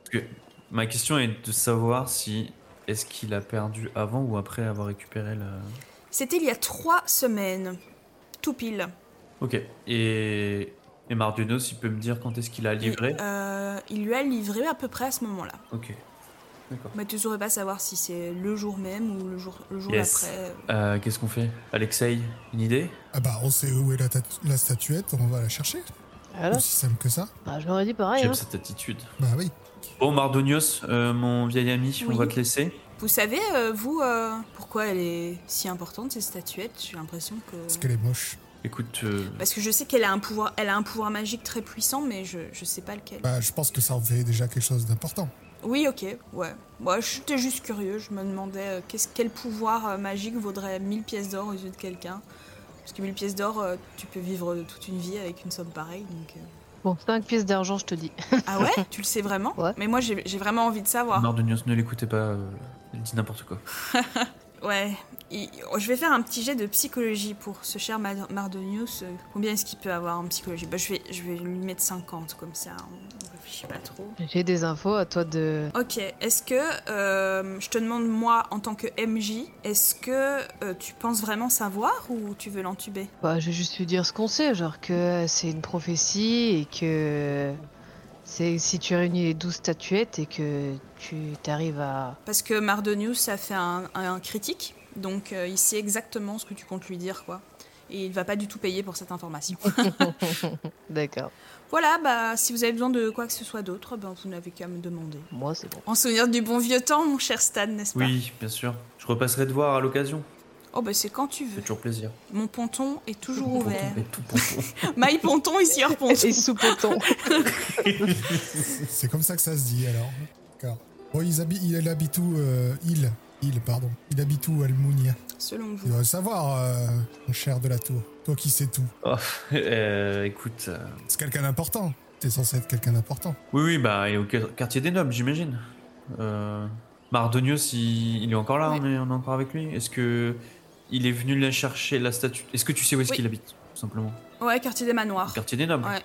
Speaker 5: Parce que ma question est de savoir si. Est-ce qu'il a perdu avant ou après avoir récupéré la.
Speaker 3: C'était il y a trois semaines, tout pile.
Speaker 5: Ok. Et. Et Mardionos, il peut me dire quand est-ce qu'il a livré
Speaker 3: Il, euh, il lui a livré à peu près à ce moment-là.
Speaker 5: Ok. D'accord.
Speaker 3: Mais tu saurais pas savoir si c'est le jour même ou le jour, le jour
Speaker 5: Yes.
Speaker 3: d'après.
Speaker 5: Euh, Qu'est-ce qu'on fait Alexei, une idée
Speaker 4: Ah bah, on sait où est la, tat- la statuette, on va la chercher.
Speaker 2: Voilà.
Speaker 4: Aussi simple que ça.
Speaker 2: Bah, je m'aurais dit pareil.
Speaker 5: J'aime
Speaker 2: hein.
Speaker 5: cette attitude.
Speaker 4: Bah oui.
Speaker 5: Bon, Mardonios, euh, mon vieil ami,
Speaker 3: Oui.
Speaker 5: on va te laisser.
Speaker 3: Vous savez, euh, vous, euh, pourquoi elle est si importante, cette statuette J'ai l'impression que...
Speaker 4: Parce qu'elle est moche.
Speaker 5: Écoute, euh,
Speaker 3: Parce que je sais qu'elle a un pouvoir, elle a un pouvoir magique très puissant, mais je, je sais pas lequel.
Speaker 4: Bah, je pense que ça en fait déjà quelque chose d'important.
Speaker 3: Oui, ok, ouais. Moi, j'étais juste curieux. Je me demandais euh, qu'est-ce, quel pouvoir euh, magique vaudrait 1000 pièces d'or aux yeux de quelqu'un. Parce que 1000 pièces d'or, euh, tu peux vivre toute une vie avec une somme pareille. Donc, euh.
Speaker 2: Bon, 5 pièces d'argent, je te dis.
Speaker 3: Ah ouais Tu le sais vraiment
Speaker 2: Ouais.
Speaker 3: Mais moi, j'ai, j'ai vraiment envie de savoir.
Speaker 5: Mardonios, ne l'écoutez pas. euh, il dit n'importe quoi.
Speaker 3: Ouais. Il- oh, je vais faire un petit jet de psychologie pour ce cher Mar- Mardonius. Euh, Combien est-ce qu'il peut avoir en psychologie bah, je, vais, je vais lui mettre 50, comme ça, on on réfléchit pas trop.
Speaker 2: J'ai des infos à toi de.
Speaker 3: Ok, est-ce que, euh, je te demande moi en tant que MJ, est-ce que euh, tu penses vraiment savoir ou tu veux l'entuber
Speaker 2: Bah, je vais juste lui dire ce qu'on sait, genre que c'est une prophétie et que c'est si tu réunis les 12 statuettes et que tu t'arrives à.
Speaker 3: Parce que Mardonius a fait un, un critique, donc euh, il sait exactement ce que tu comptes lui dire, quoi. Et il va pas du tout payer pour cette information.
Speaker 2: D'accord.
Speaker 3: voilà, bah si vous avez besoin de quoi que ce soit d'autre, ben vous n'avez qu'à me demander.
Speaker 2: Moi, c'est bon.
Speaker 3: En souvenir du bon vieux temps, mon cher Stan, n'est-ce pas
Speaker 5: Oui, bien sûr. Je repasserai te voir à l'occasion.
Speaker 3: Oh bah c'est quand tu
Speaker 5: C'est
Speaker 3: veux.
Speaker 5: toujours plaisir.
Speaker 3: Mon ponton est toujours
Speaker 5: Ponton,
Speaker 3: ouvert. [LAUGHS]
Speaker 5: mais tout [LAUGHS] ponton.
Speaker 3: My ponton ici hors ponton.
Speaker 2: Et sous poton.
Speaker 4: C'est comme ça que ça se dit, alors. D'accord. Bon, ils habi- il habite où euh, Il. Il, pardon. Il habite où, Almunia
Speaker 3: Selon
Speaker 4: Tu
Speaker 3: vous.
Speaker 4: dois savoir, euh, mon cher de la tour. Toi qui sais tout.
Speaker 5: Oh, euh, écoute. euh,
Speaker 4: C'est quelqu'un d'important. T'es censé être quelqu'un d'important.
Speaker 5: Oui, oui, bah, il est au quar- quartier des nobles, j'imagine. Euh... Mardonius, il... il est encore là,
Speaker 3: Ouais.
Speaker 5: on, est... on est encore avec lui. Est-ce que. Il est venu la chercher, la statue. Est-ce que tu sais où est-ce
Speaker 3: Oui.
Speaker 5: qu'il habite, tout simplement
Speaker 3: Ouais, quartier des manoirs.
Speaker 5: Quartier des nobles,
Speaker 3: Ouais.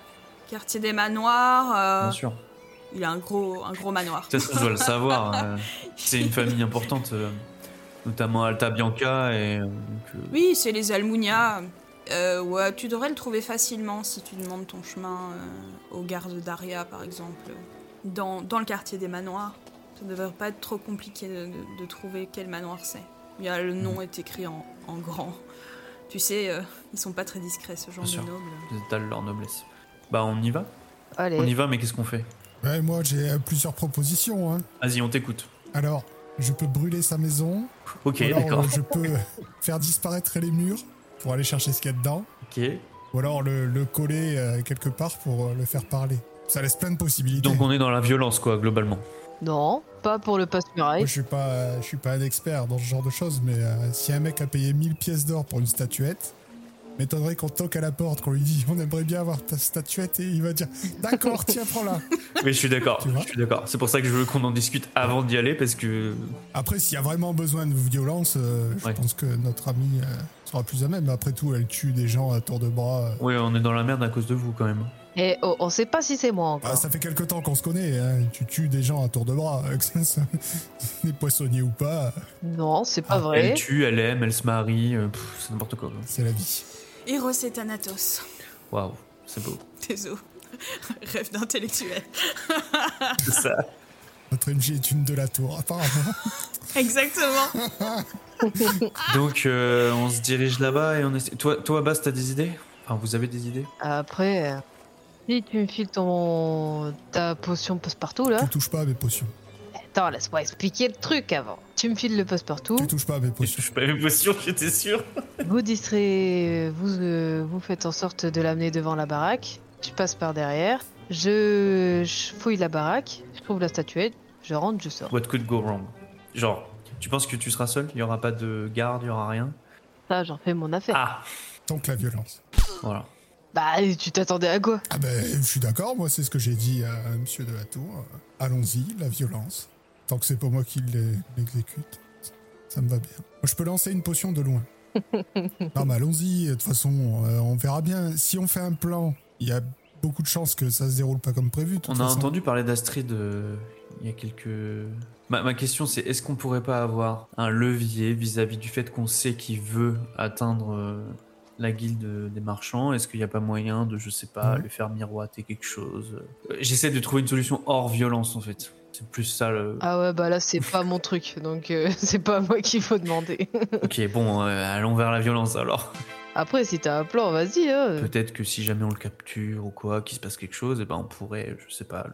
Speaker 3: Quartier des manoirs. euh,
Speaker 5: bien sûr.
Speaker 3: Il a un gros, un gros manoir.
Speaker 5: Ça, je dois le savoir. euh,
Speaker 3: [LAUGHS]
Speaker 5: C'est une famille importante, euh, notamment Alta Bianca et. euh, donc, euh,
Speaker 3: Oui, c'est les Almunia. Euh, ouais, tu devrais le trouver facilement si tu demandes ton chemin euh, aux gardes d'Aria, par exemple, dans, dans le quartier des manoirs. Ça ne devrait pas être trop compliqué de, de- de trouver quel manoir c'est. Il y a- le nom est écrit en, en grand. Tu sais, euh, ils sont pas très discrets, ce genre
Speaker 5: Bien
Speaker 3: de
Speaker 5: sûr.
Speaker 3: nobles.
Speaker 5: Ils étalent leur noblesse. Bah, on y va On
Speaker 2: Allez.
Speaker 5: y va, mais qu'est-ce qu'on fait
Speaker 4: Ouais, moi, j'ai euh, plusieurs propositions. hein.
Speaker 5: Vas-y, on t'écoute.
Speaker 4: Alors, je peux brûler sa maison.
Speaker 5: Ok,
Speaker 4: ou alors,
Speaker 5: d'accord.
Speaker 4: euh, je peux faire disparaître les murs pour aller chercher ce qu'il y a dedans.
Speaker 5: Ok.
Speaker 4: Ou alors le, le coller euh, quelque part pour euh, le faire parler. Ça laisse plein de possibilités.
Speaker 5: Donc on est dans la violence, quoi, globalement.
Speaker 2: Non, pas pour le passe-muraille.
Speaker 4: Moi, je suis pas, euh, je suis pas un expert dans ce genre de choses, mais euh, si un mec a payé 1000 pièces d'or pour une statuette, m'étonnerait qu'on toque à la porte, qu'on lui dit on aimerait bien avoir ta statuette et il va dire d'accord, tiens, prends-la.
Speaker 5: Oui, je suis d'accord.
Speaker 4: Tu vois
Speaker 5: je suis d'accord. C'est pour ça que je veux qu'on en discute avant d'y aller, parce que
Speaker 4: Après, s'il y a vraiment besoin de violence, euh, je
Speaker 5: Ouais.
Speaker 4: pense que notre amie euh, sera plus à même. Après tout, elle tue des gens à tour de bras. euh.
Speaker 5: oui, on est dans la merde à cause de vous, quand même.
Speaker 2: Et oh, on sait pas si c'est moi encore.
Speaker 4: Ah, ça fait quelque temps qu'on se connaît, hein. tu tues des gens à tour de bras, euh, que ça [LAUGHS] soit des poissonniers ou pas, euh,
Speaker 2: Non, c'est pas
Speaker 4: Ah,
Speaker 2: vrai.
Speaker 5: Elle tue, elle aime, elle se marie. euh, pff, c'est n'importe quoi. quoi.
Speaker 4: c'est la vie.
Speaker 3: Héros et Thanatos. [LAUGHS]
Speaker 5: Waouh, c'est beau.
Speaker 3: Désolé. [LAUGHS] Rêve d'intellectuel.
Speaker 5: C'est ça.
Speaker 4: Notre MJ est une de la tour, apparemment.
Speaker 3: Exactement.
Speaker 5: Donc euh, on se dirige là-bas et on essaie. Toi, toi, Bas, t'as des idées Enfin, vous avez des idées
Speaker 2: Après, euh, si tu me files ton... ta potion passe-partout là.
Speaker 4: [LAUGHS] tu touches pas à mes potions.
Speaker 2: Attends, laisse-moi expliquer le truc avant. Tu me files le passe-partout.
Speaker 4: Tu touches pas à mes
Speaker 5: Je
Speaker 4: potions.
Speaker 5: suis pas même pas sûr, j'étais sûr.
Speaker 2: Vous distrayez, vous, euh, vous faites en sorte de l'amener devant la baraque. Je passe par derrière. Je, je fouille la baraque. Je trouve la statuette. Je rentre, je sors.
Speaker 5: What could go wrong Genre, tu penses que tu seras seul Il y aura pas de garde, il y aura rien
Speaker 2: Ça, j'en fais mon affaire.
Speaker 5: Ah,
Speaker 4: Donc la violence.
Speaker 5: voilà.
Speaker 2: Bah, tu t'attendais à quoi
Speaker 4: Ah ben, je suis d'accord, moi c'est ce que j'ai dit à monsieur de la tour. Allons-y, la violence. Tant que c'est pas moi qui l'e- l'exécute, ça me va bien. Moi, je peux lancer une potion de loin. non mais allons-y, de toute façon, euh, on verra bien. Si on fait un plan, il y a beaucoup de chances que ça se déroule pas comme prévu. de toute
Speaker 5: On a
Speaker 4: façon.
Speaker 5: entendu parler d'Astrid euh, il y a quelques. Ma, ma question, c'est est-ce qu'on pourrait pas avoir un levier vis-à-vis du fait qu'on sait qu'il veut atteindre euh, la guilde euh, des marchands Est-ce qu'il n'y a pas moyen de, je sais pas,
Speaker 4: Mhm.
Speaker 5: lui faire miroiter quelque chose Euh, J'essaie de trouver une solution hors violence en fait. C'est plus ça le.
Speaker 2: Ah ouais, bah là, c'est pas mon truc. Donc, euh, [LAUGHS] c'est pas à moi qu'il faut demander.
Speaker 5: [LAUGHS]
Speaker 2: [LAUGHS]
Speaker 5: Ok, bon, euh, allons vers la violence alors.
Speaker 2: Après, si t'as un plan, vas-y.
Speaker 4: Euh.
Speaker 2: hein.
Speaker 5: Peut-être que si jamais on le capture ou quoi, qu'il se passe quelque chose, eh ben on pourrait, je sais pas,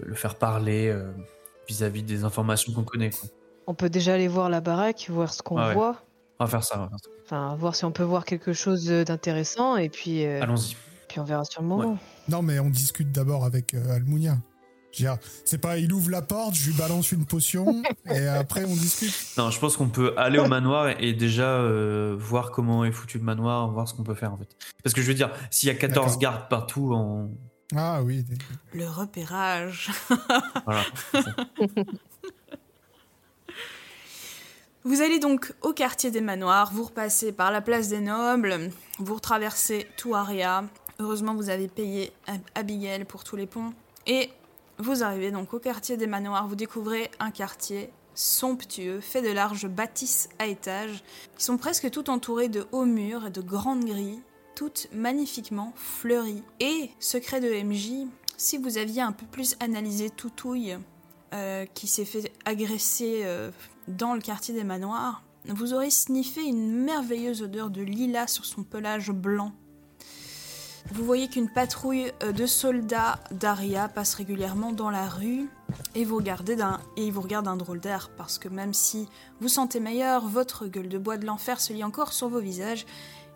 Speaker 5: le, le faire parler euh, vis-à-vis des informations qu'on connaît. quoi.
Speaker 2: On peut déjà aller voir la baraque, voir ce qu'on
Speaker 5: Ah ouais.
Speaker 2: voit.
Speaker 5: On va faire ça, on va faire ça.
Speaker 2: Enfin, voir si on peut voir quelque chose d'intéressant. Et puis, euh,
Speaker 5: Allons-y.
Speaker 2: puis on verra sur le moment.
Speaker 4: Non, mais on discute d'abord avec euh, Almunia. Je veux dire, C'est pas, il ouvre la porte, je lui balance une potion, et après on discute.
Speaker 5: Non, je pense qu'on peut aller au manoir et- et déjà euh, voir comment est foutu le manoir, voir ce qu'on peut faire en fait. Parce que je veux dire, s'il y a 14
Speaker 4: D'accord.
Speaker 5: gardes partout, on...
Speaker 4: Ah oui, des-
Speaker 3: Le repérage.
Speaker 5: voilà.
Speaker 3: [LAUGHS] Vous allez donc au quartier des manoirs, vous repassez par la place des nobles, vous retraversez Touaria. Heureusement, vous avez payé Ab- Abigail pour tous les ponts. Et vous arrivez donc au quartier des manoirs, vous découvrez un quartier somptueux, fait de larges bâtisses à étages, qui sont presque toutes entourées de hauts murs et de grandes grilles, toutes magnifiquement fleuries. Et, secret de MJ, si vous aviez un peu plus analysé Toutouille, euh, qui s'est fait agresser euh, dans le quartier des manoirs, vous aurez sniffé une merveilleuse odeur de lilas sur son pelage blanc. Vous voyez qu'une patrouille euh, de soldats d'Aria passe régulièrement dans la rue et vous regardez d'un et ils vous regardent d'un drôle d'air parce que même si vous sentez meilleur, votre gueule de bois de l'enfer se lit encore sur vos visages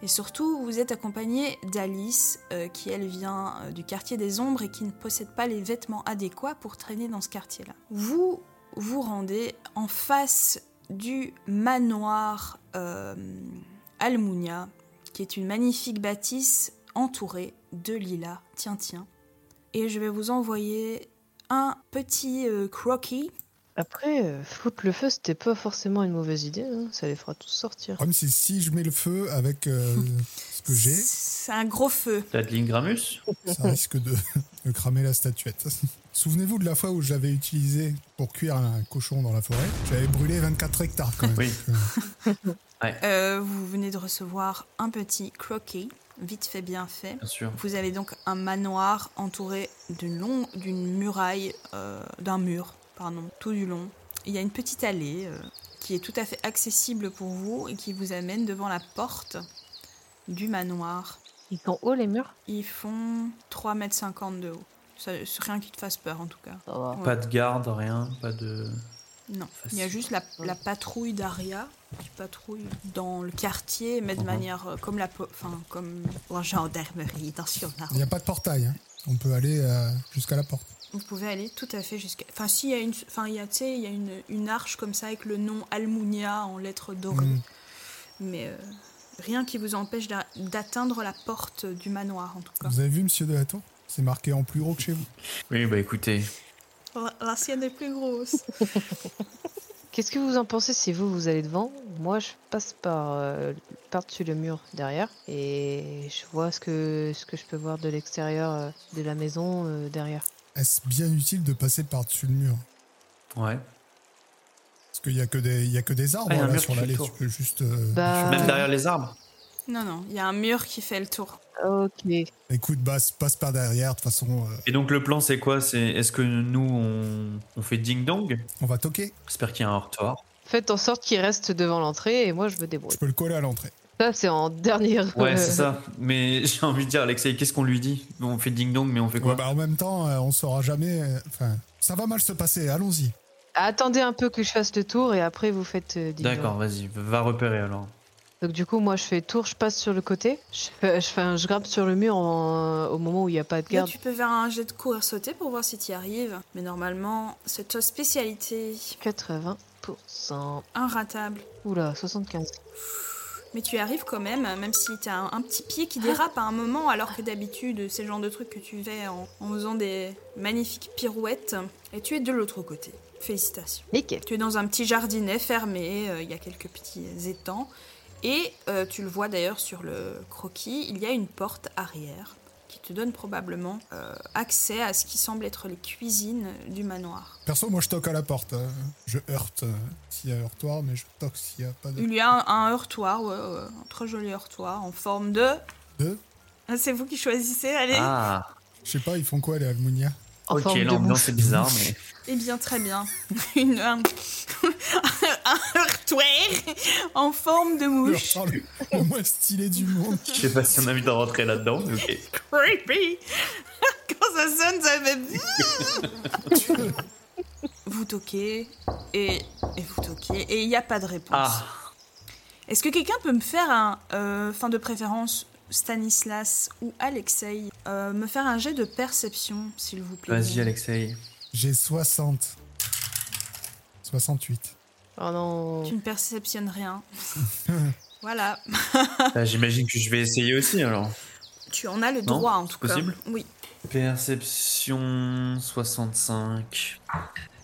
Speaker 3: et surtout vous êtes accompagné d'Alice euh, qui elle vient euh, du quartier des ombres et qui ne possède pas les vêtements adéquats pour traîner dans ce quartier-là. Vous vous rendez en face du manoir euh, Almunia, qui est une magnifique bâtisse entourée de lilas. Tiens, tiens. Et je vais vous envoyer un petit euh, croquis.
Speaker 2: Après, euh, foutre le feu, c'était pas forcément une mauvaise idée. hein. Ça les fera tous sortir.
Speaker 4: Le problème, c'est si je mets le feu avec euh, ce que j'ai,
Speaker 3: C'est un gros feu.
Speaker 5: T'as de l'ingramus
Speaker 4: ça risque de, de cramer la statuette. Souvenez-vous de la fois où je l'avais utilisé pour cuire un cochon dans la forêt J'avais brûlé 24 hectares quand même.
Speaker 5: Oui.
Speaker 3: Euh, vous venez de recevoir un petit croquis, vite fait, bien fait.
Speaker 5: Bien sûr.
Speaker 3: Vous avez donc un manoir entouré d'une longue, d'une muraille, euh, d'un mur, pardon, tout du long. Il y a une petite allée euh, qui est tout à fait accessible pour vous et qui vous amène devant la porte du manoir.
Speaker 2: Ils sont hauts les murs
Speaker 3: Ils font 3,50 m de haut. Ça- c'est rien qui te fasse peur en tout cas.
Speaker 2: Ça va.
Speaker 5: Pas de garde, rien, pas de.
Speaker 3: Non.
Speaker 5: Ça,
Speaker 3: Il y a
Speaker 5: c'est-
Speaker 3: juste la, la patrouille d'Aria qui patrouille dans le quartier, mais de
Speaker 5: Mhm.
Speaker 3: manière euh, comme la, po- enfin comme la gendarmerie nationale.
Speaker 4: Il n'y a pas de portail. hein. On peut aller euh, jusqu'à la porte.
Speaker 3: Vous pouvez aller tout à fait jusqu'à. Enfin, s'il y a une, enfin, il y a, tu sais, il y a une, une arche comme ça avec le nom Almunia en lettres dorées.
Speaker 4: Mm.
Speaker 3: Mais euh, rien qui vous empêche d'a- d'atteindre la porte du manoir en tout cas.
Speaker 4: Vous avez vu, monsieur de la Tour C'est marqué en plus gros que chez vous.
Speaker 5: Oui, bah écoutez,
Speaker 3: La, la sienne est plus grosse.
Speaker 2: Qu'est-ce que vous en pensez si vous, vous allez devant Moi, je passe par euh, par-dessus le mur derrière et je vois ce que, ce que je peux voir de l'extérieur euh, de la maison euh, derrière.
Speaker 4: Est-ce bien utile de passer par-dessus le mur
Speaker 5: ouais.
Speaker 4: Parce qu'il n'y a, que des- il y a que des arbres
Speaker 5: Ah, il y a un
Speaker 4: là,
Speaker 5: mur
Speaker 4: sur
Speaker 5: qui fait
Speaker 4: l'allée.
Speaker 5: le
Speaker 4: Tu
Speaker 5: tour.
Speaker 4: peux juste. euh,
Speaker 2: Bah,
Speaker 5: Même derrière les arbres.
Speaker 3: [LAUGHS] non, non, il y a un mur qui fait le tour.
Speaker 2: ok.
Speaker 4: Écoute, basse, passe par derrière. De toute façon, euh,
Speaker 5: Et donc le plan, c'est quoi C'est est-ce que nous on, on fait ding dong
Speaker 4: on va toquer.
Speaker 5: J'espère qu'il y a un retour.
Speaker 2: Faites en sorte qu'il reste devant l'entrée et moi, je me
Speaker 4: Je
Speaker 2: débrouille.
Speaker 4: peux le coller à l'entrée.
Speaker 2: Ça, c'est en dernière.
Speaker 5: Ouais,
Speaker 2: euh,
Speaker 5: c'est ça. Mais [LAUGHS] j'ai envie de dire, Alexei, qu'est-ce qu'on lui dit On fait ding dong, mais on fait quoi
Speaker 4: Ouais, bah, en même temps, euh, on saura jamais. euh, Enfin, ça va mal se passer. Allons-y.
Speaker 2: Attendez un peu que je fasse le tour et après, vous faites. euh, ding-dong.
Speaker 5: D'accord, vas-y, va repérer alors.
Speaker 2: Donc du coup, moi, je fais tour, je passe sur le côté, je, fais- je, fais un- je grimpe sur le mur en- au moment où il n'y a pas de
Speaker 3: Là,
Speaker 2: garde.
Speaker 3: tu peux faire un jet de courir sauter pour voir si tu y arrives. Mais normalement, c'est ta spécialité.
Speaker 2: 80%.
Speaker 3: Inratable.
Speaker 2: Oula, 75.
Speaker 3: Mais tu y arrives quand même, même si t'as un, un petit pied qui dérape à un moment, alors que d'habitude, c'est le genre de truc que tu fais en, en faisant des magnifiques pirouettes. Et tu es de l'autre côté. Félicitations.
Speaker 2: Nickel.
Speaker 3: Tu es dans un petit jardinet fermé, euh, il y a quelques petits étangs. Et euh, tu le vois d'ailleurs sur le croquis, il y a une porte arrière qui te donne probablement euh, accès à ce qui semble être les cuisines du manoir.
Speaker 4: Perso, moi, je toque à la porte. euh, Je heurte euh, s'il y a heurtoir, mais je toque s'il n'y a pas de.
Speaker 3: Il y a un, un heurtoir, ouais, ouais, un très joli heurtoir en forme de...
Speaker 4: de...
Speaker 3: Ah, C'est vous qui choisissez, allez
Speaker 5: Ah,
Speaker 4: Je sais pas, ils font quoi, les Almunia
Speaker 2: En
Speaker 5: ok,
Speaker 2: forme de
Speaker 5: l'ambiance est bizarre, mais.
Speaker 3: Eh bien, très bien. [LAUGHS] Une, un, un heurtoir en forme de mouche.
Speaker 4: Heurtoir, le, le moins stylé du monde.
Speaker 5: Je sais pas si on a envie d'en rentrer là-dedans, mais ok.
Speaker 3: Creepy [LAUGHS] Quand ça sonne, ça fait... vous toquez et, et vous toquez et il n'y a pas de réponse.
Speaker 5: Ah,
Speaker 3: Est-ce que quelqu'un peut me faire un... euh, Enfin, de préférence, Stanislas ou Alexei, euh, me faire un jet de perception, s'il vous plaît.
Speaker 5: vas-y, [LAUGHS] Alexei.
Speaker 4: J'ai 60. 68.
Speaker 2: Oh non.
Speaker 3: Tu ne perceptionnes
Speaker 5: [LAUGHS]
Speaker 3: rien. voilà.
Speaker 5: Bah, J'imagine que je vais essayer aussi alors.
Speaker 3: Tu en as le
Speaker 5: Non,
Speaker 3: droit, en tout
Speaker 5: c'est possible.
Speaker 3: cas. Oui.
Speaker 5: Perception 65.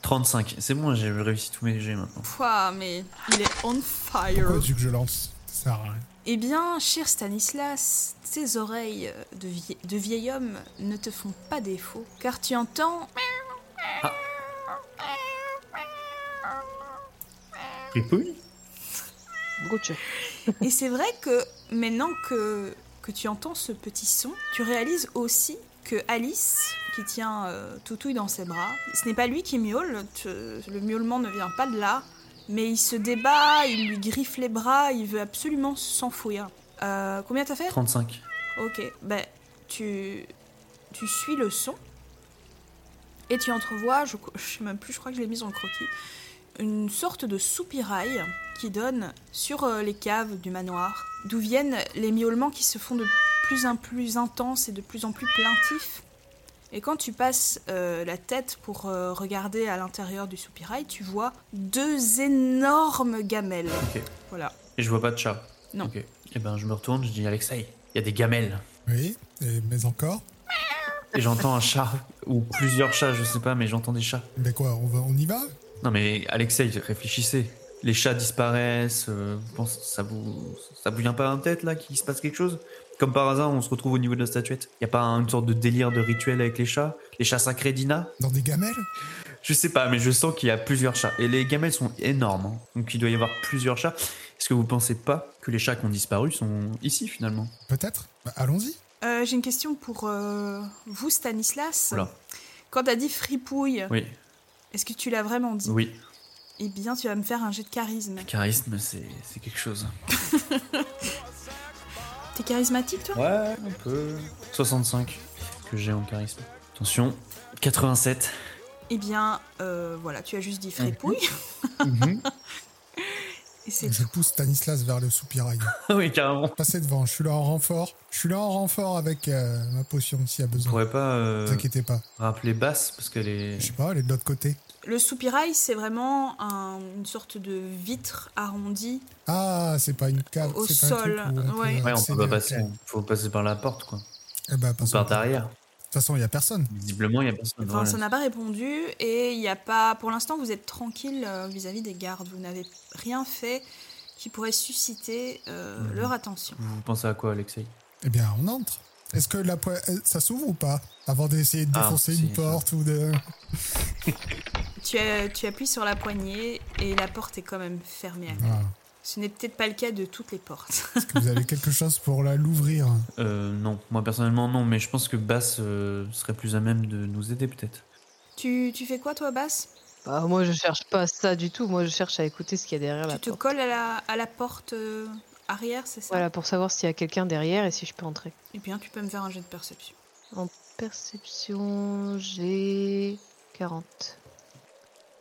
Speaker 5: 35. C'est bon, j'ai réussi tous mes jets maintenant.
Speaker 3: Pouah, mais il est on fire.
Speaker 4: Pourquoi tu que je lance Ça sert à rien.
Speaker 3: Eh bien, cher Stanislas, tes oreilles de, vie- de vieil homme ne te font pas défaut, car tu entends
Speaker 5: Ripouille
Speaker 2: Goutte.
Speaker 3: Et c'est vrai que maintenant que, que tu entends ce petit son, tu réalises aussi que Alice, qui tient euh, Toutouille dans ses bras, ce n'est pas lui qui miaule, tu- le miaulement ne vient pas de là, mais il se débat, il lui griffe les bras, il veut absolument s'enfouir. Euh, combien t'as fait
Speaker 5: 35.
Speaker 3: Ok, ben tu, tu suis le son et tu entrevois, je, je sais même plus, je crois que je l'ai mise en croquis, une sorte de soupirail qui donne sur euh, les caves du manoir, d'où viennent les miaulements qui se font de plus en plus intenses et de plus en plus plaintifs. Et quand tu passes euh, la tête pour euh, regarder à l'intérieur du soupirail, tu vois deux énormes gamelles.
Speaker 5: Ok.
Speaker 3: Voilà.
Speaker 5: Et je vois pas de chat.
Speaker 3: Non.
Speaker 5: Ok. Et ben je me retourne, je dis Alexei, il y a des gamelles.
Speaker 4: Oui, et- mais encore
Speaker 5: Et j'entends un chat, ou plusieurs chats, je sais pas, mais j'entends des chats.
Speaker 4: Mais quoi, on, va, on y va
Speaker 5: Non mais Alexei, réfléchissez. Les chats disparaissent, euh, vous pensez- ça vous ça vous vient pas en tête là qu'il se passe quelque chose Comme par hasard, on se retrouve au niveau de la statuette. Y a pas une sorte de délire de rituel avec les chats Les chats sacrés d'Ina
Speaker 4: Dans des gamelles
Speaker 5: Je sais pas, mais je sens qu'il y a plusieurs chats. Et les gamelles sont énormes, hein. donc il doit y avoir plusieurs chats. Est-ce que vous pensez pas que les chats qui ont disparu sont ici finalement
Speaker 4: Peut-être Bah, Allons-y.
Speaker 3: Euh, J'ai une question pour euh, vous, Stanislas.
Speaker 5: Oula,
Speaker 3: Quand t'as dit fripouille,
Speaker 5: oui,
Speaker 3: est-ce que tu l'as vraiment dit
Speaker 5: oui.
Speaker 3: Eh bien, tu vas me faire un jet de charisme.
Speaker 5: Charisme, c'est c'est quelque chose.
Speaker 3: T'es charismatique, toi
Speaker 5: Ouais, un peu. 65 que j'ai en charisme. Attends, Attention, 87.
Speaker 3: Eh bien, euh, voilà, tu as juste dit frépouille.
Speaker 5: Mhm.
Speaker 3: [LAUGHS] Et c'est
Speaker 4: Je pousse Stanislas vers le soupirail.
Speaker 5: Ah [LAUGHS] oui, carrément.
Speaker 4: Passez devant, je suis là en renfort. Je suis là en renfort avec euh, ma potion s'il y a
Speaker 5: On
Speaker 4: besoin.
Speaker 5: pourrait pas euh,
Speaker 4: Ne vous inquiétez pas.
Speaker 5: rappeler basse parce qu'elle
Speaker 4: Je sais
Speaker 5: est.
Speaker 4: pas, elle est de l'autre côté.
Speaker 3: Le soupirail, c'est vraiment un- une sorte de vitre arrondie.
Speaker 4: Ah, c'est pas une cave,
Speaker 3: Au
Speaker 4: c'est
Speaker 3: sol,
Speaker 4: un truc où on peut
Speaker 3: ouais.
Speaker 5: Ouais, on
Speaker 4: accéder,
Speaker 5: peut pas
Speaker 4: ok.
Speaker 5: passer. Faut passer par la porte, quoi.
Speaker 4: Eh ben,
Speaker 5: Ou
Speaker 4: passons.
Speaker 5: par
Speaker 4: De
Speaker 5: derrière.
Speaker 4: toute façon, il y a personne.
Speaker 5: Visiblement, il y a personne.
Speaker 3: Enfin, ça
Speaker 5: voilà.
Speaker 3: n'a pas répondu et il n'y a pas. Pour l'instant, vous êtes tranquille euh, vis-à-vis des gardes. Vous n'avez rien fait qui pourrait susciter euh,
Speaker 5: Mhm.
Speaker 3: leur attention.
Speaker 5: Vous pensez à quoi, Alexei
Speaker 4: Eh bien, on entre. Est-ce que la poêle, euh, ça s'ouvre ou pas Avant d'essayer de
Speaker 5: Ah,
Speaker 4: défoncer
Speaker 5: si,
Speaker 4: une
Speaker 5: ça.
Speaker 4: porte ou de.
Speaker 3: Tu, as- tu appuies sur la poignée et la porte est quand même fermée. à clé.
Speaker 4: Ah,
Speaker 3: Ce n'est peut-être pas le cas de toutes les portes. [LAUGHS]
Speaker 4: Est-ce que vous avez quelque chose pour la l'ouvrir
Speaker 5: Euh, non, moi personnellement non, mais je pense que Bass euh, serait plus à même de nous aider peut-être.
Speaker 3: tu, tu fais quoi, toi, Basse
Speaker 2: Bah, moi, je cherche pas ça du tout. Moi, je cherche à écouter ce qu'il y a derrière la
Speaker 3: Tu te
Speaker 2: porte.
Speaker 3: colles à la, à la porte euh, arrière, c'est ça
Speaker 2: Voilà, pour savoir s'il y a quelqu'un derrière et si je peux entrer.
Speaker 3: Et bien, tu peux me faire un jet de perception.
Speaker 2: Perception, j'ai 40.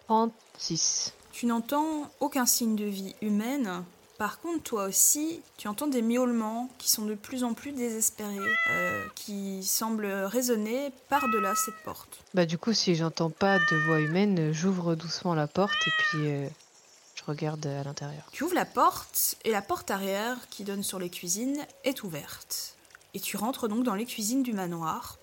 Speaker 2: 36.
Speaker 3: Tu n'entends aucun signe de vie humaine. Par contre, toi aussi, tu entends des miaulements qui sont de plus en plus désespérés, euh, qui semblent résonner par-delà cette porte.
Speaker 2: Bah du coup, si j'entends pas de voix humaine, euh, j'ouvre doucement la porte et puis euh, je regarde euh, à l'intérieur.
Speaker 3: Tu ouvres la porte et la porte arrière qui donne sur les cuisines est ouverte. Et tu rentres donc dans les cuisines du manoir.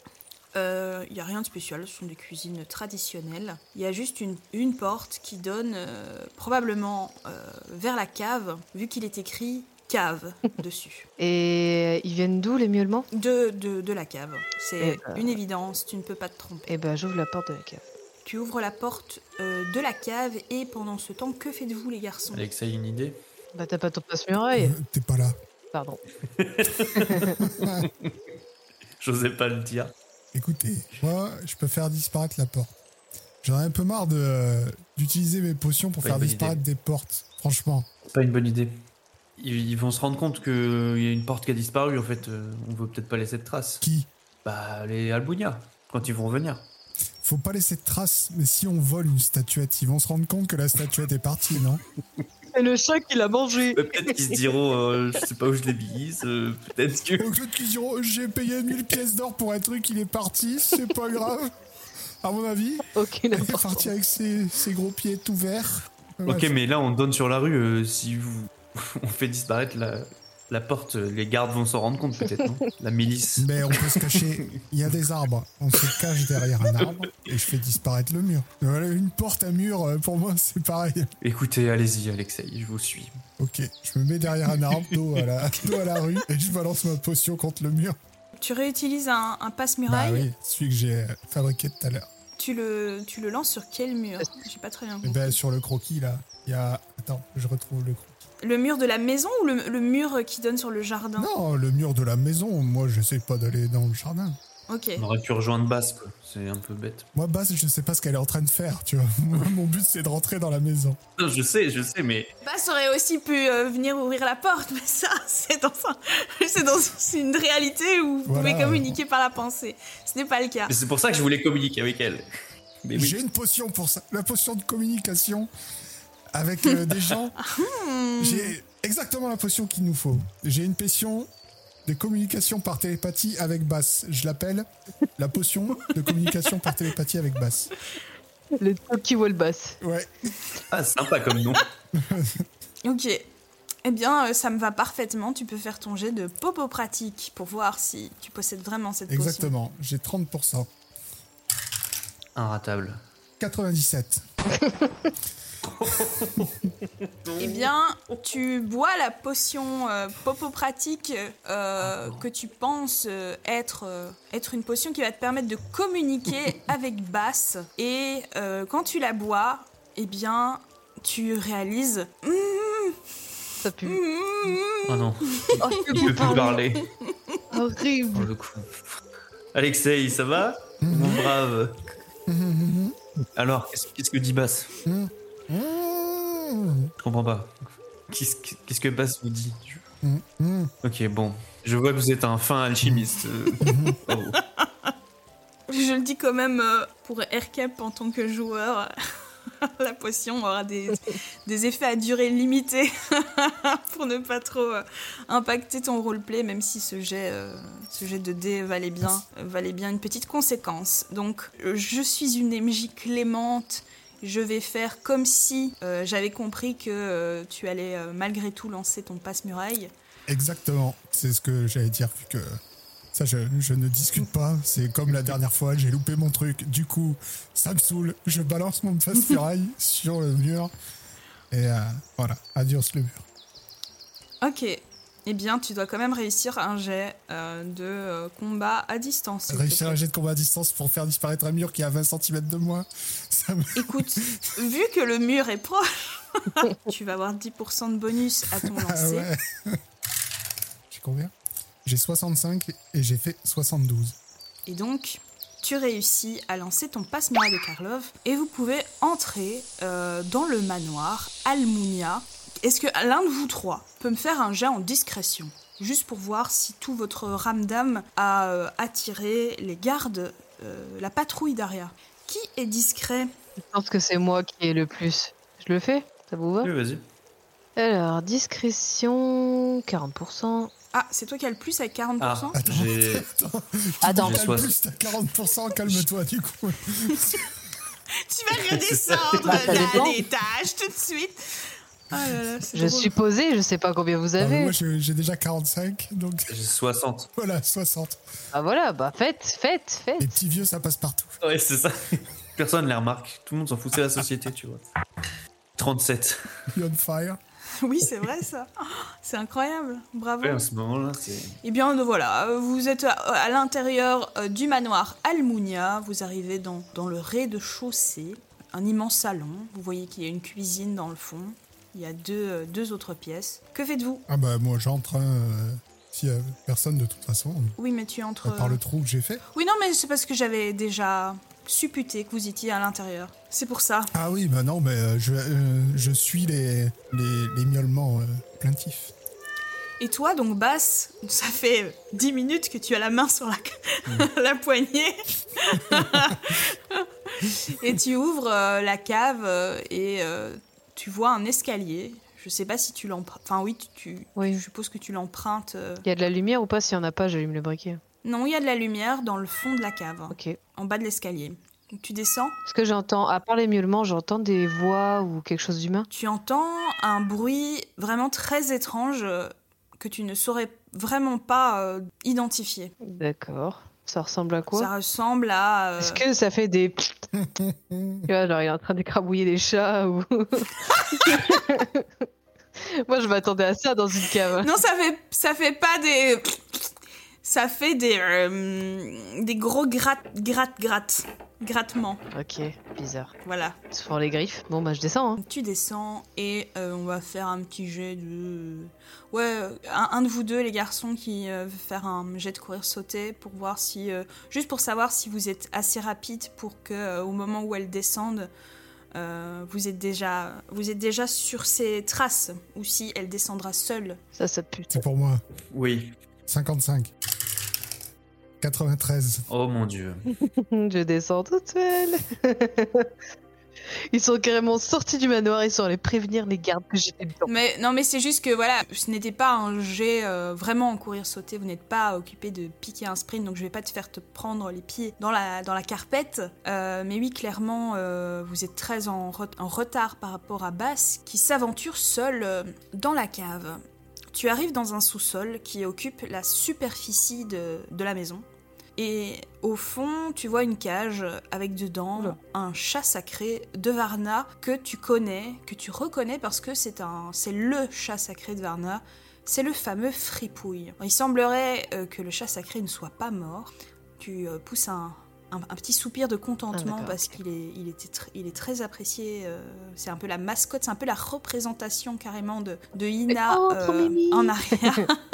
Speaker 3: Il n'y a rien de spécial, ce sont des cuisines traditionnelles. Il y a juste une, une porte qui donne euh, probablement euh, vers la cave, vu qu'il est écrit cave
Speaker 2: [LAUGHS]
Speaker 3: dessus.
Speaker 2: Et euh, ils viennent d'où les miaulements
Speaker 3: De, de, de la cave. C'est
Speaker 2: Et, euh,
Speaker 3: une évidence, tu ne peux pas te tromper.
Speaker 2: Et bah j'ouvre la porte de la cave.
Speaker 3: Tu ouvres la porte euh, de la cave et pendant ce temps, que faites-vous les garçons
Speaker 5: Alexei, une idée
Speaker 2: Bah t'as pas ton passe-muraille
Speaker 4: Euh, T'es pas là.
Speaker 2: Pardon.
Speaker 5: J'osais pas le dire.
Speaker 4: [LAUGHS] Écoutez, moi, je peux faire disparaître la porte. J'en ai un peu marre de euh, d'utiliser mes potions pour
Speaker 5: Pas
Speaker 4: faire
Speaker 5: une bonne
Speaker 4: disparaître des portes. Franchement,
Speaker 5: C'est pas une bonne idée. Ils, ils vont se rendre compte qu'il y a une porte qui a disparu en fait. euh, on veut peut-être pas laisser de traces.
Speaker 4: qui
Speaker 5: Bah les Albunia, quand ils vont revenir.
Speaker 4: Faut pas laisser de traces, mais si on vole une statuette, ils vont se rendre compte que la statuette est partie, non
Speaker 2: Et le chat qui l'a mangé
Speaker 5: Bah, peut-être qu'ils se diront, euh, je sais pas où je les bise. euh, peut-être que.
Speaker 4: Au lieu de lui dire, oh, j'ai payé 1000 pièces d'or pour un truc, il est parti, c'est pas grave. À mon avis,
Speaker 2: [LAUGHS] Ok,
Speaker 4: il est
Speaker 2: n'importe quoi.
Speaker 4: parti avec ses, ses gros pieds tout verts. Euh,
Speaker 5: Ok, mais là on donne sur la rue. euh, si vous... [LAUGHS] on fait disparaître la, la porte, euh, les gardes vont s'en rendre compte peut-être. non la milice.
Speaker 4: Mais on peut se cacher. Il y a des arbres. On se cache derrière un arbre et je fais disparaître le mur. Euh, Voilà, Une porte, un mur, euh, pour moi, c'est pareil.
Speaker 5: Écoutez, allez-y, Alexei, je vous suis.
Speaker 4: Ok, je me mets derrière un arbre, dos à la, dos à la rue, et je balance ma potion contre le mur.
Speaker 3: Tu réutilises un, un
Speaker 4: Bah
Speaker 3: passe-muraille,
Speaker 4: oui, celui que j'ai euh, fabriqué tout à l'heure.
Speaker 3: tu, le, tu le lances sur quel mur J'ai pas très bien
Speaker 4: Et
Speaker 3: compris.
Speaker 4: ben, sur le croquis, là, il y a. Attends, je retrouve le croquis.
Speaker 3: Le mur de la maison ou le, le mur qui donne sur le jardin
Speaker 4: Non, le mur de la maison, moi, je sais pas d'aller dans le jardin.
Speaker 3: Ok.
Speaker 5: On aurait pu rejoindre Basse, quoi. C'est un peu bête.
Speaker 4: Moi, Basse, je sais pas ce qu'elle est en train de faire, tu vois. [LAUGHS] Moi, Mon but, c'est de rentrer dans la maison.
Speaker 5: Non, je sais, je sais, mais
Speaker 3: Basse Bah, aurait aussi pu euh, venir ouvrir la porte, mais ça, [LAUGHS] c'est dans, un- c'est dans une réalité où vous
Speaker 4: Voilà.
Speaker 3: pouvez communiquer par la pensée. Ce n'est pas le cas.
Speaker 5: mais c'est pour ça que je voulais communiquer avec elle. Mais oui.
Speaker 4: J'ai une potion pour ça, la potion de communication avec euh, des gens. J'ai exactement la potion qu'il nous faut. J'ai une potion de communication par télépathie avec Basse. Je l'appelle la potion de communication par télépathie avec Basse.
Speaker 2: Le Toki Walbass.
Speaker 4: Ouais,
Speaker 5: Ah, sympa comme nom.
Speaker 3: Ok. Eh bien, euh, ça me va parfaitement. Tu peux faire ton jet de popo pratique pour voir si tu possèdes vraiment cette potion.
Speaker 4: exactement. J'ai 30%.
Speaker 5: Un ratable.
Speaker 4: 97.
Speaker 3: Eh bien, tu bois la potion euh, popo pratique euh, que tu penses euh, être, euh, être une potion qui va te permettre de communiquer avec Bass. Et euh, quand tu la bois, eh bien, tu réalises. mm,
Speaker 2: Ça pue.
Speaker 5: Oh non,
Speaker 2: Oh, je
Speaker 5: je peux plus parler. Oh,
Speaker 2: Horrible.
Speaker 5: le con. Alexei, ça va Mon brave. Alors, qu'est-ce qu'est-ce que dit Basse
Speaker 4: Mmh.
Speaker 5: Je comprends pas. Qu'est-ce que- qu'est-ce que Basse vous dit
Speaker 4: Mmh. Mmh.
Speaker 5: Oh. Ok, bon. Je vois que vous êtes un fin alchimiste. euh. Bravo.
Speaker 3: Je je le dis quand même euh, pour Aircap en tant que joueur. [LAUGHS] La potion aura des, des effets à durée limitée [LAUGHS] pour ne pas trop euh, impacter ton roleplay, même si ce jet, euh, ce jet de dés valait bien, valait bien une petite conséquence. Donc, euh, je suis une MJ clémente. Je vais faire comme si euh, j'avais compris que euh, tu allais euh, malgré tout lancer ton passe-muraille.
Speaker 4: Exactement, c'est ce que j'allais dire, vu que ça, je, je ne discute pas. C'est comme la dernière fois, j'ai loupé mon truc. Du coup, ça me saoule, je balance mon
Speaker 2: [LAUGHS]
Speaker 4: face ferraille sur le mur. Et euh, voilà, adios le mur.
Speaker 3: Ok. Eh bien, tu dois quand même réussir un jet euh, de euh, combat à distance. s'il te
Speaker 4: Réussir
Speaker 3: plaît.
Speaker 4: un jet de combat à distance pour faire disparaître un mur qui est à 20 cm de moi, [LAUGHS] ça me... [LAUGHS]
Speaker 3: Écoute, vu que le mur est proche, [LAUGHS] tu vas avoir 10% de bonus à ton
Speaker 4: Ah
Speaker 3: lancer.
Speaker 4: [LAUGHS] ouais. j'ai combien J'ai 65 et j'ai fait 72.
Speaker 3: Et donc, tu réussis à lancer ton passe-moi de Karlov et vous pouvez entrer euh, dans le manoir Almunia. Est-ce que l'un de vous trois peut me faire un jet en discrétion Juste pour voir si tout votre ramdam a euh, attiré les gardes, euh, la patrouille d'Aria. Qui est discret
Speaker 2: Je pense que c'est moi qui ai le plus. Je le fais Ça vous va
Speaker 5: Oui, vas-y.
Speaker 2: Alors, discrétion, 40%.
Speaker 3: Ah, c'est toi qui as le plus avec 40%
Speaker 5: Ah,
Speaker 4: Attends.
Speaker 5: j'ai.
Speaker 4: [LAUGHS] Attends,
Speaker 2: Attends,
Speaker 5: J'ai
Speaker 4: t'as le
Speaker 5: soix-
Speaker 4: plus, t'as 40%, calme-toi du coup.
Speaker 3: [LAUGHS] Tu vas
Speaker 2: [LAUGHS]
Speaker 3: redescendre
Speaker 2: Bah, ça dépend.
Speaker 3: d'un étage tout de suite. Ah là là, c'est
Speaker 2: je
Speaker 3: drôle.
Speaker 2: suis posée, je sais pas combien vous
Speaker 4: Ah, mais
Speaker 2: avez.
Speaker 4: moi, j'ai j'ai déjà 45, donc
Speaker 5: j'ai 60.
Speaker 4: voilà, 60.
Speaker 2: Ah voilà, bah faites, faites,
Speaker 4: Les
Speaker 2: faites.
Speaker 4: petits vieux, ça passe partout.
Speaker 5: Ouais, c'est ça. Personne ne les remarque. Tout le monde s'en fout. C'est la société, tu vois. 37.
Speaker 4: You're on fire.
Speaker 3: Oui, c'est vrai ça. Oh, c'est incroyable. Bravo.
Speaker 5: Ouais, en ce moment-là, c'est.
Speaker 3: Eh bien, le voilà, euh, vous êtes à, à l'intérieur euh, du manoir Almunia. Vous arrivez dans, dans le rez-de-chaussée, un immense salon. Vous voyez qu'il y a une cuisine dans le fond. Il y a deux, euh, deux autres pièces. Que faites-vous
Speaker 4: Ah bah moi j'entre, hein, euh, s'il y a personne de toute façon,
Speaker 3: Oui, mais tu entres.
Speaker 4: à part le trou que j'ai fait.
Speaker 3: Oui, non, mais c'est parce que j'avais déjà supputé que vous étiez à l'intérieur. C'est pour ça.
Speaker 4: Ah oui, bah non, mais euh, je, euh, je suis les, les, les miaulements euh, plaintifs.
Speaker 3: Et toi, donc, Basse, ça fait 10 minutes que tu as la main sur la, [LAUGHS]
Speaker 2: [LAUGHS]
Speaker 3: la poignée. et tu ouvres euh, la cave euh, et euh, tu vois un escalier. Je sais pas si tu l'empruntes. Enfin, oui, tu, tu- je
Speaker 2: Oui.
Speaker 3: suppose que tu l'empruntes. euh.
Speaker 2: Il y a de la lumière ou pas S'il y en a pas, j'allume le briquet.
Speaker 3: Non, il y a de la lumière dans le fond de la cave, hein,
Speaker 2: Ok.
Speaker 3: en bas de l'escalier. Donc, Tu descends,
Speaker 2: Ce que j'entends, à part les miaulements, j'entends des voix ou quelque chose d'humain.
Speaker 3: tu entends un bruit vraiment très étrange euh, que tu ne saurais vraiment pas euh, identifier.
Speaker 2: D'accord. Ça ressemble à quoi
Speaker 3: Ça ressemble à. euh,
Speaker 2: Est-ce que ça fait des. Tu vois, genre, il est en train d'écrabouiller des chats ou. [LAUGHS] Moi, je m'attendais à ça dans une cave.
Speaker 3: Non, ça fait, ça fait pas des. Ça fait des. euh, des gros gratte, gratte, gratte. Grattements.
Speaker 2: Ok, bizarre.
Speaker 3: Voilà.
Speaker 2: C'est pour les griffes. Bon, bah, je descends. Hein.
Speaker 3: Donc, tu descends et euh, on va faire un petit jet de. Ouais, un, un de vous deux, les garçons, qui euh, veut faire un jet de courir sauter pour voir si. euh, juste pour savoir si vous êtes assez rapide pour que, euh, au moment où elles descendent. euh, vous êtes déjà vous êtes déjà sur ses traces ou si elle descendra seule
Speaker 2: Ça, ça pue. [LAUGHS]
Speaker 4: C'est pour moi.
Speaker 5: Oui.
Speaker 4: 55. 93.
Speaker 5: Oh mon dieu.
Speaker 2: je descends toute seule. [LAUGHS] ils sont carrément sortis du manoir. Ils sont allés prévenir les gardes que j'étais dedans.
Speaker 3: Mais non, mais c'est juste que voilà, ce n'était pas un jet euh, vraiment en courir sauter. Vous n'êtes pas occupé de piquer un sprint, donc je vais pas te faire te prendre les pieds dans la dans la carpette. Euh, mais oui, clairement, euh, vous êtes très en, re- en retard par rapport à Bass, qui s'aventure seul euh, dans la cave. Tu arrives dans un sous-sol qui occupe la superficie de, de la maison. Et au fond, tu vois une cage avec dedans
Speaker 2: Oula.
Speaker 3: un chat sacré de Varna que tu connais, que tu reconnais parce que c'est un, c'est le chat sacré de Varna. C'est le fameux fripouille. Il semblerait euh, que le chat sacré ne soit pas mort. Tu euh, pousses un, un- un petit soupir de contentement
Speaker 2: Ah, d'accord,
Speaker 3: parce
Speaker 2: ok.
Speaker 3: qu'il est, il était tr- il est très apprécié. euh, c'est un peu la mascotte, c'est un peu la représentation carrément de, de Ina
Speaker 2: Oh, trop
Speaker 3: euh,
Speaker 2: mimi.
Speaker 3: en arrière.
Speaker 2: [LAUGHS]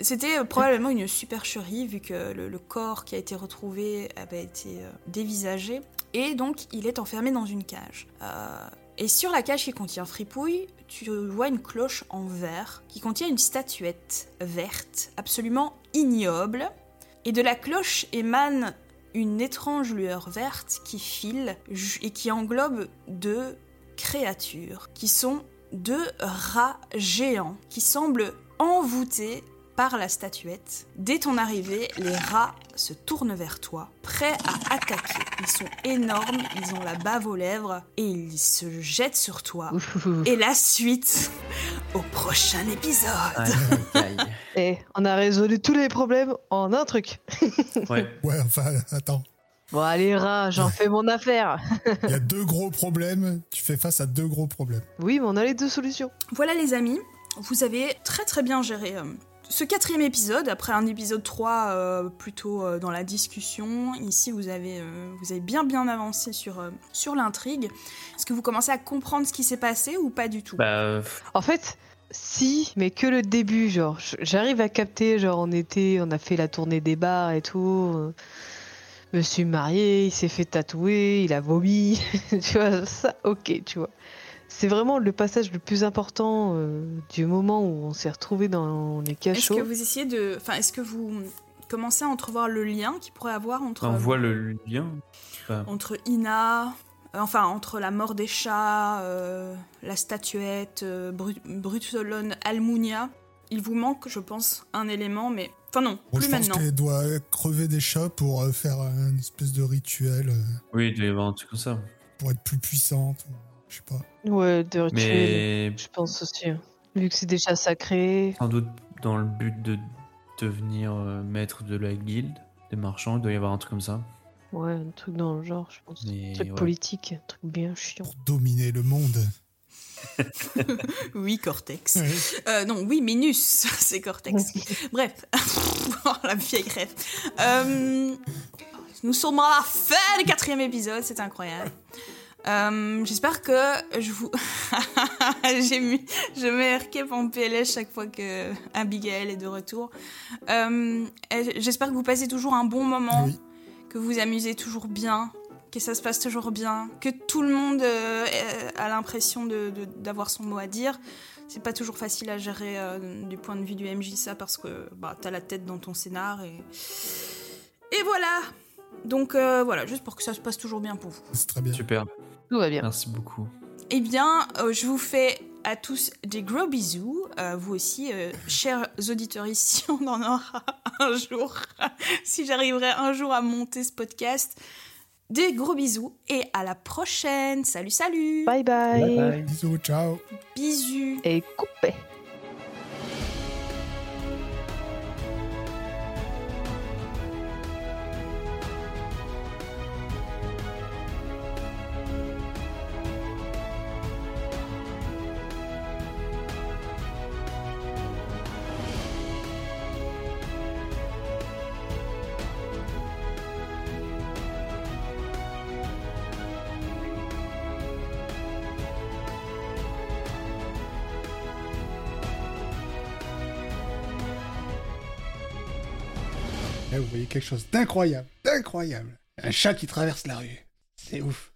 Speaker 3: C'était euh, probablement une supercherie vu que le, le corps qui a été retrouvé avait été euh, dévisagé et donc il est enfermé dans une cage. Euh, et sur la cage qui contient Fripouille, tu vois une cloche en verre qui contient une statuette verte absolument ignoble et de la cloche émane une étrange lueur verte qui file ju- et qui englobe deux créatures, qui sont deux rats géants, qui semblent envoûtés par la statuette. Dès ton arrivée, les rats se tournent vers toi, prêts à attaquer. Ils sont énormes, ils ont la bave aux lèvres et ils se jettent sur toi.
Speaker 2: [LAUGHS]
Speaker 3: Et la suite au prochain épisode.
Speaker 2: [LAUGHS] Et Eh, on a résolu tous les problèmes en un truc.
Speaker 5: ouais.
Speaker 4: Ouais, enfin, attends.
Speaker 2: Bon, allez, rat, j'en fais mon affaire.
Speaker 4: Il y a deux gros problèmes. Tu fais face à deux gros problèmes.
Speaker 2: Oui, mais on a les deux solutions.
Speaker 3: Voilà les amis, vous avez très très bien géré euh, ce quatrième épisode, après un épisode 3 euh, plutôt euh, dans la discussion. Ici vous avez, euh, vous avez bien bien avancé sur, euh, sur l'intrigue. Est-ce que vous commencez à comprendre ce qui s'est passé ou pas du tout
Speaker 5: Bah, euh, f-
Speaker 2: En fait, si, mais que le début, genre, j- j'arrive à capter, genre, on était, on a fait la tournée des bars et tout. euh, Je me suis marié, il s'est fait tatouer, il a vomi. [LAUGHS] tu vois, ça, ok, tu vois. C'est vraiment le passage le plus important euh, du moment où on s'est retrouvé dans les
Speaker 3: Est-ce
Speaker 2: cachots.
Speaker 3: que vous essayez de... Enfin, est-ce que vous commencez à entrevoir le lien qu'il pourrait avoir entre,
Speaker 5: Bah,
Speaker 3: euh,
Speaker 5: on voit le lien.
Speaker 3: entre Ina... euh, Enfin, entre la mort des chats, euh, la statuette, euh, Bru- Brutolone Almunia, il vous manque, je pense, un élément, mais... Enfin non,
Speaker 4: Bon,
Speaker 3: plus
Speaker 4: je pense
Speaker 3: maintenant.
Speaker 4: qu'elle doit crever des chats pour euh, faire une espèce de rituel euh,
Speaker 5: Oui, il doit y avoir un truc comme ça.
Speaker 4: pour être plus puissante. ou- Je sais pas.
Speaker 2: Ouais, de rituel,
Speaker 5: Mais
Speaker 2: je pense aussi. hein. Vu que c'est déjà sacré.
Speaker 5: sans doute dans le but de devenir euh, maître de la guilde des marchands, il doit y avoir un truc comme ça.
Speaker 2: Ouais, un truc dans le genre, je pense.
Speaker 5: Mais
Speaker 2: Un truc
Speaker 5: ouais.
Speaker 2: politique, un truc bien chiant.
Speaker 4: Pour dominer le monde.
Speaker 3: Oui, Cortex.
Speaker 4: Ouais.
Speaker 3: Euh, non, oui, Minus, [LAUGHS] c'est Cortex. Bref, [LAUGHS] Oh, la vieille rêve. Euh, nous sommes à la fin du quatrième épisode, c'est incroyable. Euh, J'espère que je vous. [LAUGHS] J'ai mis. Je mets RK en PLS chaque fois que Abigail est de retour. Euh, et J'espère que vous passez toujours un bon moment,
Speaker 4: Oui.
Speaker 3: que vous vous amusez toujours bien, que ça se passe toujours bien, que tout le monde euh, a l'impression de- de- d'avoir son mot à dire. C'est pas toujours facile à gérer euh, du point de vue du MJ ça parce que bah t'as la tête dans ton scénar et et voilà. Donc euh, voilà, juste pour que ça se passe toujours bien pour vous.
Speaker 4: C'est très bien.
Speaker 5: Super,
Speaker 2: Tout va bien.
Speaker 5: merci beaucoup.
Speaker 3: Eh bien, euh, je vous fais à tous des gros bisous. Euh, vous aussi, euh, chers auditeurs, si on en aura [LAUGHS] un jour, si j'arriverai un jour à monter ce podcast, des gros bisous et à la prochaine. Salut, salut.
Speaker 2: Bye bye.
Speaker 4: Bisous, ciao.
Speaker 3: Bisous.
Speaker 2: Et coupé.
Speaker 4: Eh, Là, vous voyez quelque chose d'incroyable, d'incroyable. Un chat qui traverse la rue. C'est ouf.